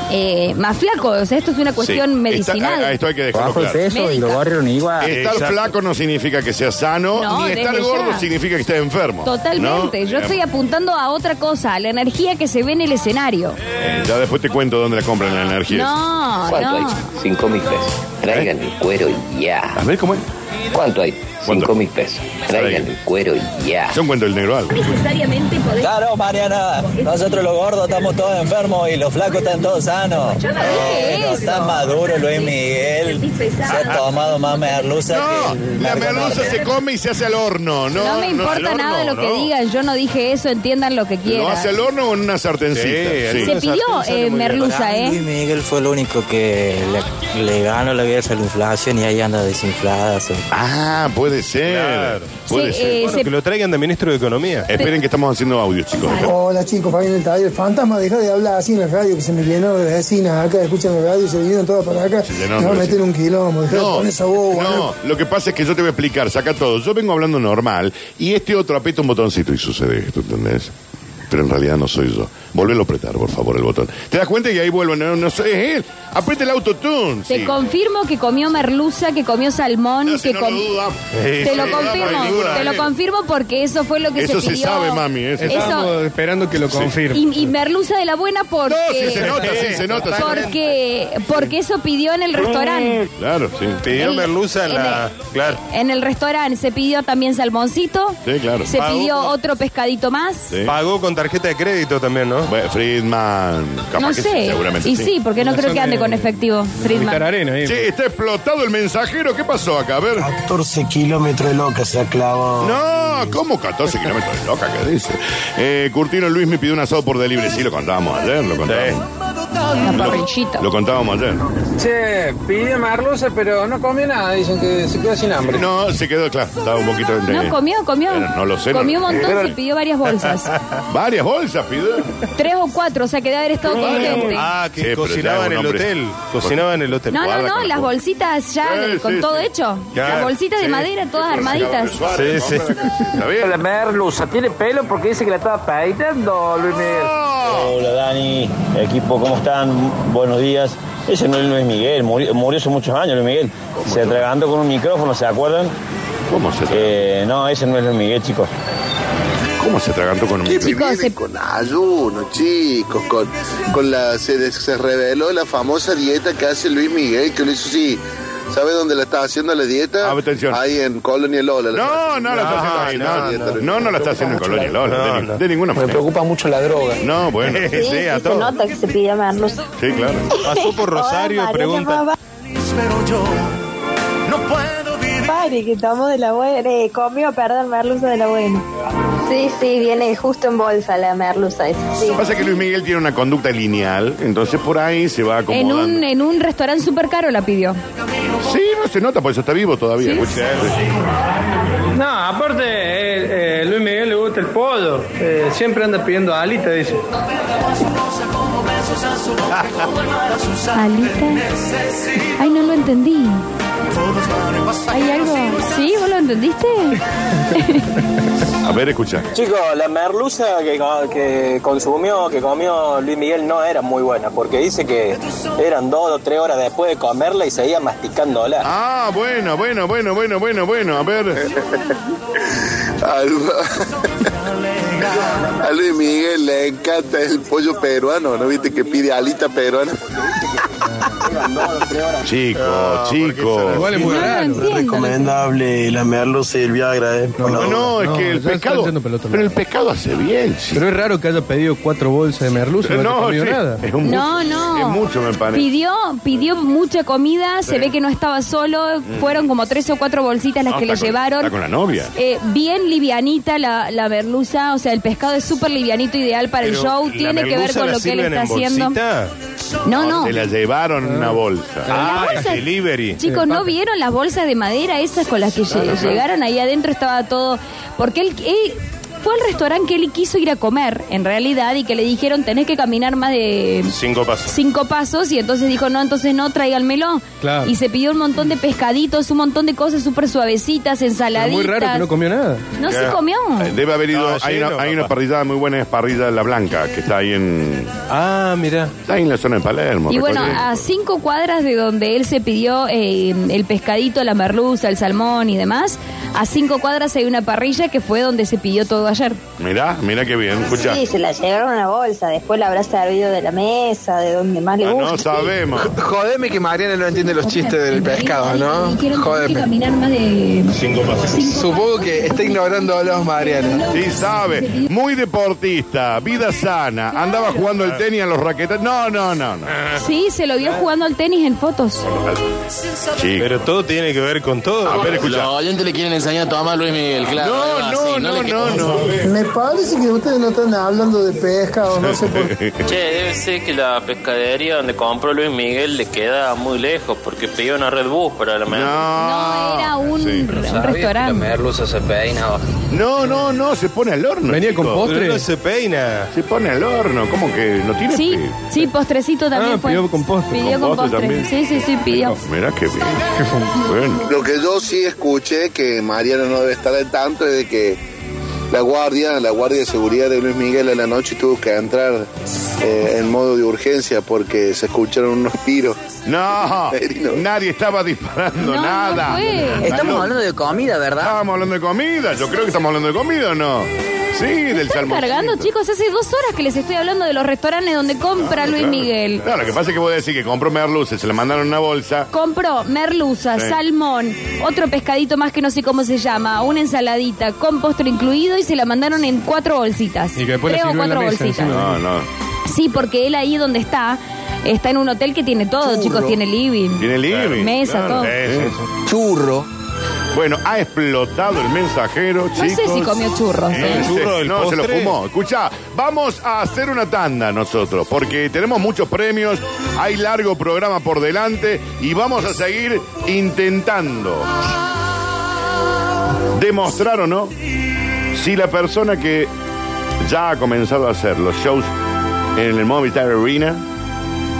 Speaker 6: eh, más flaco. O sea, esto es una cuestión
Speaker 1: Sí. Está-
Speaker 6: medicinal.
Speaker 1: a- a esto hay que dejarlo
Speaker 18: Bajo el
Speaker 1: claro.
Speaker 18: peso y lo barrio ni igual.
Speaker 1: Estar
Speaker 18: Exacto.
Speaker 1: flaco no significa que sea sano,
Speaker 6: No,
Speaker 1: ni estar
Speaker 6: desde
Speaker 1: gordo
Speaker 6: ya.
Speaker 1: significa que estés enfermo.
Speaker 6: Totalmente,
Speaker 1: ¿no?
Speaker 6: yo
Speaker 1: Eh,
Speaker 6: estoy apuntando a otra cosa, a la energía que se ve en el escenario.
Speaker 1: eh, ya después te cuento dónde la compran la energía.
Speaker 6: No,
Speaker 19: ¿Cuánto
Speaker 6: no.
Speaker 19: hay? 5 mil pesos. Traigan el cuero y ya. A
Speaker 1: ver, ¿cómo es?
Speaker 19: ¿Cuánto hay? 5 mil pesos. Traigan el cuero y ya.
Speaker 1: Son cuento el negro algo.
Speaker 6: necesariamente podés.
Speaker 20: Claro, Mariana, nosotros los gordos estamos todos enfermos y los flacos están todos sanos.
Speaker 6: Yo no dije
Speaker 20: Bueno,
Speaker 6: eso.
Speaker 20: está maduro Luis Miguel. Se ha tomado más merluza
Speaker 1: No,
Speaker 20: que el
Speaker 1: la
Speaker 20: Marco
Speaker 1: merluza
Speaker 20: Norte.
Speaker 1: se come y se hace al horno. No,
Speaker 6: No, me
Speaker 1: no,
Speaker 6: importa
Speaker 1: al horno,
Speaker 6: nada lo que
Speaker 1: no.
Speaker 6: digan, yo no dije eso, entiendan lo que quieran.
Speaker 1: Lo hace al horno o en una sartencita.
Speaker 6: Sí, Se pidió, eh, merluza,
Speaker 20: Para mí,
Speaker 6: ¿eh?
Speaker 20: Luis Miguel fue el único que le, le ganó la guerra a la inflación y ahí anda desinflada.
Speaker 1: Ah, puede ser.
Speaker 6: Puede Sí, ser. eh,
Speaker 3: Bueno,
Speaker 6: se-
Speaker 3: que lo traigan de ministro de Economía.
Speaker 1: Esperen que estamos haciendo audio, chicos.
Speaker 21: Hola chicos, Fabián del Taller. Fantasma, deja de hablar así en la radio que se me llenó de vecinas acá, escuchan la radio y se vinieron todas para acá.
Speaker 1: llenó
Speaker 21: Me
Speaker 1: de
Speaker 21: va a meter
Speaker 1: vecinas.
Speaker 21: un quilombo, dejá de
Speaker 1: No,
Speaker 21: poner esa boba.
Speaker 1: no, lo que pasa es que yo te voy a explicar, saca todo. Yo vengo hablando normal y este otro aprieta un botoncito y sucede esto, ¿entendés? Pero en realidad no soy yo. Volvelo a apretar, por favor, el botón. ¿Te das cuenta? Y ahí vuelvo. No, no soy es él. Aprieta el autotune.
Speaker 6: Te
Speaker 1: sí.
Speaker 6: confirmo que comió merluza, que comió salmón, que
Speaker 1: no
Speaker 6: com-
Speaker 1: lo dudamos.
Speaker 6: Te lo
Speaker 1: Sí, no
Speaker 6: confirmo,
Speaker 1: hay eh. ninguna
Speaker 6: te lo
Speaker 1: manera.
Speaker 6: confirmo porque eso fue lo que
Speaker 1: Eso
Speaker 6: se
Speaker 1: se
Speaker 6: pidió.
Speaker 1: sabe, mami, eso se
Speaker 6: Eso-
Speaker 2: Estamos esperando que lo confirme.
Speaker 6: y, y merluza de la buena porque...
Speaker 1: sí, se nota, sí, se nota, se nota.
Speaker 6: Porque, porque eso pidió en el restaurante.
Speaker 1: Claro, sí.
Speaker 3: Pidió
Speaker 6: El-
Speaker 3: merluza en
Speaker 6: el-
Speaker 3: la. Claro.
Speaker 6: En el restaurante se pidió también salmoncito.
Speaker 1: Sí, claro.
Speaker 6: Se
Speaker 3: Pagó
Speaker 6: pidió otro pescadito más.
Speaker 3: Pagó con tarjeta de crédito también, ¿no?
Speaker 1: Friedman.
Speaker 6: no sé. y sí, porque no creo que ande con efectivo, Friedman.
Speaker 1: Che, está explotado el mensajero. ¿Qué pasó acá? A ver.
Speaker 22: 14 kilómetros de loca se ha clavado.
Speaker 1: No, ¿cómo 14 kilómetros de loca que dice? Eh, Curtino Luis me pidió un asado por delivery. Sí, lo contábamos ayer, lo contábamos.
Speaker 6: Una parrillita.
Speaker 1: Lo contábamos ayer.
Speaker 16: Che, pide merluza, pero no come nada. Dicen que se queda sin hambre.
Speaker 1: No, se quedó claro. Estaba un poquito de-
Speaker 6: No, comió, comió.
Speaker 1: Pero no lo sé.
Speaker 6: Comió
Speaker 1: no-
Speaker 6: un montón, se pidió varias bolsas.
Speaker 1: Varias bolsas pidió.
Speaker 6: Tres o cuatro, o sea que debe haber estado contento.
Speaker 3: Ah,
Speaker 1: Sí,
Speaker 3: que
Speaker 1: pero
Speaker 3: cocinaba
Speaker 1: ya un
Speaker 3: en el
Speaker 1: hombre-
Speaker 3: hotel. Cocinaba en el hotel.
Speaker 6: No, no,
Speaker 3: Guarda
Speaker 6: no,
Speaker 3: con la
Speaker 6: las
Speaker 3: boca.
Speaker 6: bolsitas ya
Speaker 3: Sí,
Speaker 6: con
Speaker 3: sí,
Speaker 6: todo
Speaker 3: sí.
Speaker 6: hecho.
Speaker 3: Claro,
Speaker 6: las bolsitas de
Speaker 3: sí.
Speaker 6: madera todas armaditas.
Speaker 3: Sí, sí.
Speaker 23: La merluza tiene pelo porque dice que la estaba peinando, Luis Miguel.
Speaker 11: Hola Dani, equipo, ¿cómo están? Buenos días. Ese no es Luis Miguel, murió, murió hace muchos años Luis Miguel. Se atragantó con un micrófono, ¿se acuerdan?
Speaker 1: ¿Cómo se
Speaker 11: eh, No, ese no es Luis Miguel, chicos.
Speaker 1: ¿Cómo se atragantó con un
Speaker 22: ¿Qué me viene con ayuno, chicos? Con, con la, se, des- se reveló la famosa dieta que hace Luis Miguel, que lo hizo así. ¿Sabe dónde la está haciendo la dieta? Ahí en Colonia Lola.
Speaker 1: No, no la está haciendo ahí, no, no, no, no la está haciendo en Colonia Lola, de, ni- de ninguna manera. Me preocupa mucho la droga. No, bueno.
Speaker 8: Sí, sí, se nota que se pide merluza.
Speaker 1: Sí, claro.
Speaker 3: Pasó por Rosario,
Speaker 8: Hola, Mariana,
Speaker 3: pregunta.
Speaker 8: mamá. Pare, que estamos de la buena. Eh, comió, perdón, merluza de la buena. Sí, sí, viene justo en bolsa la merluza. esa, Sí.
Speaker 1: Pasa que Luis Miguel tiene una conducta lineal, entonces por ahí se va
Speaker 6: En
Speaker 1: acomodando.
Speaker 6: un, en un restaurante súper caro la pidió.
Speaker 1: Sí, no se nota, por eso está vivo todavía. escucha. eh.
Speaker 23: No, aparte, eh, eh, Luis Miguel le gusta el pollo. Eh, siempre anda pidiendo alita, dice.
Speaker 6: Alita. Ay, no lo entendí. ¿Hay algo? ¿Sí? ¿Vos lo entendiste?
Speaker 1: A ver, escucha.
Speaker 5: Chicos, la merluza que, co- que consumió, que comió Luis Miguel no era muy buena, porque dice que eran dos o tres horas después de comerla y seguía masticándola.
Speaker 1: Ah, bueno, bueno, bueno, bueno, bueno, bueno. A ver.
Speaker 22: Alba. A Luis Miguel le encanta el pollo peruano, ¿no viste que pide alita peruana?
Speaker 1: Chico, chico.
Speaker 22: Igual es muy No lo raro. entiendo.
Speaker 9: Recomendable la merluza y el Viagra, ¿eh?
Speaker 1: No, no, es que el pescado. Pero el pescado hace bien. Eh,
Speaker 2: Pero es raro que haya pedido cuatro bolsas de merluza y no, haya
Speaker 1: No,
Speaker 2: comido
Speaker 1: sí,
Speaker 2: nada.
Speaker 1: es un
Speaker 6: No, no.
Speaker 1: Es mucho, me parece.
Speaker 6: Pidió, pidió mucha comida, se
Speaker 1: Sí.
Speaker 6: ve que no estaba solo,
Speaker 1: Mm.
Speaker 6: fueron como tres o cuatro bolsitas las
Speaker 1: No,
Speaker 6: que le
Speaker 1: está con-
Speaker 6: llevaron.
Speaker 1: está con la novia.
Speaker 6: Eh, bien livianita la, la merluza, o sea, el pescado es súper livianito, ideal para el
Speaker 1: Pero,
Speaker 6: show,
Speaker 1: ¿la
Speaker 6: tiene que ver
Speaker 1: merluza
Speaker 6: con
Speaker 1: la
Speaker 6: lo que él
Speaker 1: sirven
Speaker 6: está
Speaker 1: en
Speaker 6: haciendo.
Speaker 1: bolsita?
Speaker 6: No, no.
Speaker 1: Se la llevaron en una bolsa.
Speaker 6: Ah,
Speaker 1: el
Speaker 6: bolsa-
Speaker 1: delivery.
Speaker 6: Chicos, ¿no vieron las bolsas de madera esas con las que lle-
Speaker 1: Claro, claro.
Speaker 6: llegaron ahí adentro? Estaba todo. Porque él, él- fue al restaurante que él quiso ir a comer, en realidad, y que le dijeron tenés que caminar más de
Speaker 3: Cinco pasos.
Speaker 6: cinco pasos, y entonces dijo, no, entonces no, tráiganmelo.
Speaker 2: Claro.
Speaker 6: Y se pidió un montón de pescaditos, un montón de cosas súper suavecitas,
Speaker 2: Pero
Speaker 6: ensaladitas.
Speaker 2: muy raro que no comió nada.
Speaker 6: No se
Speaker 1: Ya.
Speaker 6: comió.
Speaker 1: Eh, Debe haber ido.
Speaker 3: No,
Speaker 1: hay,
Speaker 3: lleno,
Speaker 1: una, hay una parrillada muy buena, es parrilla de La Blanca, que está ahí en.
Speaker 3: Ah, mira.
Speaker 1: Está ahí en la zona de Palermo.
Speaker 6: Y bueno,
Speaker 1: recuerdo.
Speaker 6: a cinco cuadras de donde él se pidió eh, el pescadito, la merluza, el salmón y demás, a cinco cuadras hay una parrilla que fue donde se pidió todo ayer.
Speaker 1: Mirá, mirá qué bien. Escucha.
Speaker 8: Sí, se la llevaron a una bolsa, después la habrá servido de la mesa, de donde más le
Speaker 1: Ah,
Speaker 8: gusta.
Speaker 1: no sabemos.
Speaker 18: Jodeme que Mariana no entiende los chistes del pescado, ¿no? Jodeme.
Speaker 6: caminar más de...
Speaker 3: Cinco
Speaker 18: Supongo que está ignorando a los Mariana.
Speaker 1: Sí, sabe. Muy deportista, vida sana. Andaba jugando el tenis a los raquetas. No, no, no, no.
Speaker 6: Sí, se lo vio jugando al tenis en fotos.
Speaker 3: Pero todo tiene que ver con todo.
Speaker 6: Ah,
Speaker 3: A ver, escucha.
Speaker 9: Los oyentes le quieren enseñar a tomar Luis Miguel, claro.
Speaker 3: No,
Speaker 9: algo
Speaker 3: no,
Speaker 9: así,
Speaker 3: no,
Speaker 9: le-
Speaker 3: no,
Speaker 21: Me parece que ustedes no están hablando de pesca o no sé por qué.
Speaker 24: Che, debe ser que la pescadería donde compró Luis Miguel le queda muy lejos porque pidió una Red Bus para la
Speaker 18: Ah,
Speaker 1: No,
Speaker 6: era un, un restaurante.
Speaker 24: merluza se peina.
Speaker 1: No, no, no, se pone al horno.
Speaker 2: Venía con
Speaker 1: chico.
Speaker 2: postre. Pero no
Speaker 3: se peina.
Speaker 1: Se pone al horno. ¿Cómo que no tiene
Speaker 6: Sí,
Speaker 1: pe-
Speaker 6: sí, postrecito también
Speaker 1: Ah,
Speaker 6: fue.
Speaker 1: pidió con postre.
Speaker 6: Pidió
Speaker 1: Con
Speaker 6: con
Speaker 1: postre
Speaker 6: postre.
Speaker 1: también.
Speaker 6: Sí, sí, sí, pidió.
Speaker 1: Mirá qué bien. Bueno.
Speaker 22: Lo que yo sí escuché, que Mariana no debe estar al tanto, es de que la guardia, la guardia de seguridad de Luis Miguel a la noche tuvo que entrar eh, en modo de urgencia porque se escucharon unos tiros.
Speaker 1: No, nadie estaba disparando
Speaker 22: No,
Speaker 1: nada.
Speaker 22: no fue. Estamos
Speaker 1: hablando
Speaker 9: de comida, ¿verdad?
Speaker 1: Estábamos hablando de comida. Yo creo que estamos hablando de comida, ¿o no? Sí, del
Speaker 6: Están
Speaker 1: salmón.
Speaker 6: cargando, chicos, hace dos horas que les estoy hablando de los restaurantes donde compra Luis Miguel.
Speaker 1: No, lo que pasa es que voy a decir que compró merluces, se le mandaron una bolsa.
Speaker 6: Compró merluza,
Speaker 1: Sí.
Speaker 6: salmón, otro pescadito más que no sé cómo se llama, una ensaladita con postre incluido y se la mandaron en cuatro bolsitas.
Speaker 2: Y que después le
Speaker 6: Tres o
Speaker 2: sirvió en la
Speaker 6: cuatro
Speaker 2: mesa
Speaker 6: bolsitas.
Speaker 2: encima.
Speaker 1: No, no.
Speaker 6: Sí, porque él ahí donde está, está en un hotel que tiene todo, chicos. Tiene living.
Speaker 1: Tiene living.
Speaker 6: Mesa, todo.
Speaker 1: Churro. Bueno, ha explotado el mensajero,
Speaker 6: sé
Speaker 1: chicos.
Speaker 6: si comió churros, ¿eh?
Speaker 1: No,
Speaker 6: ¿El churro,
Speaker 1: se-
Speaker 6: el
Speaker 1: no, se lo
Speaker 6: postre?
Speaker 1: fumó. Escucha, vamos a hacer una tanda nosotros, porque tenemos muchos premios, hay largo programa por delante y vamos a seguir intentando demostrar o no si la persona que ya ha comenzado a hacer los shows en el Movistar Arena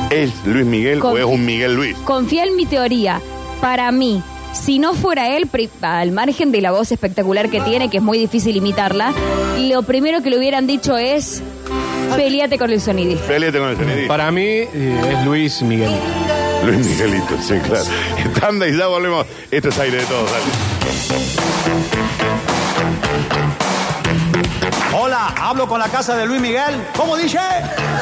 Speaker 1: es Luis Miguel o
Speaker 6: Con-
Speaker 1: es un Miguel Luis.
Speaker 6: Confía en mi teoría. Para mí, si no fuera él, pri- al margen de la voz espectacular que tiene, que es muy difícil imitarla, lo primero que le hubieran dicho es: peleate con el sonidista.
Speaker 1: Peleate con el sonidista.
Speaker 2: Para mí eh, es Luis Miguel.
Speaker 1: Luis Miguelito, sí, claro. Tanda y ya volvemos. Esto es aire de todos.
Speaker 25: Hola, hablo con la casa de Luis Miguel. ¿Cómo dice?
Speaker 1: dale.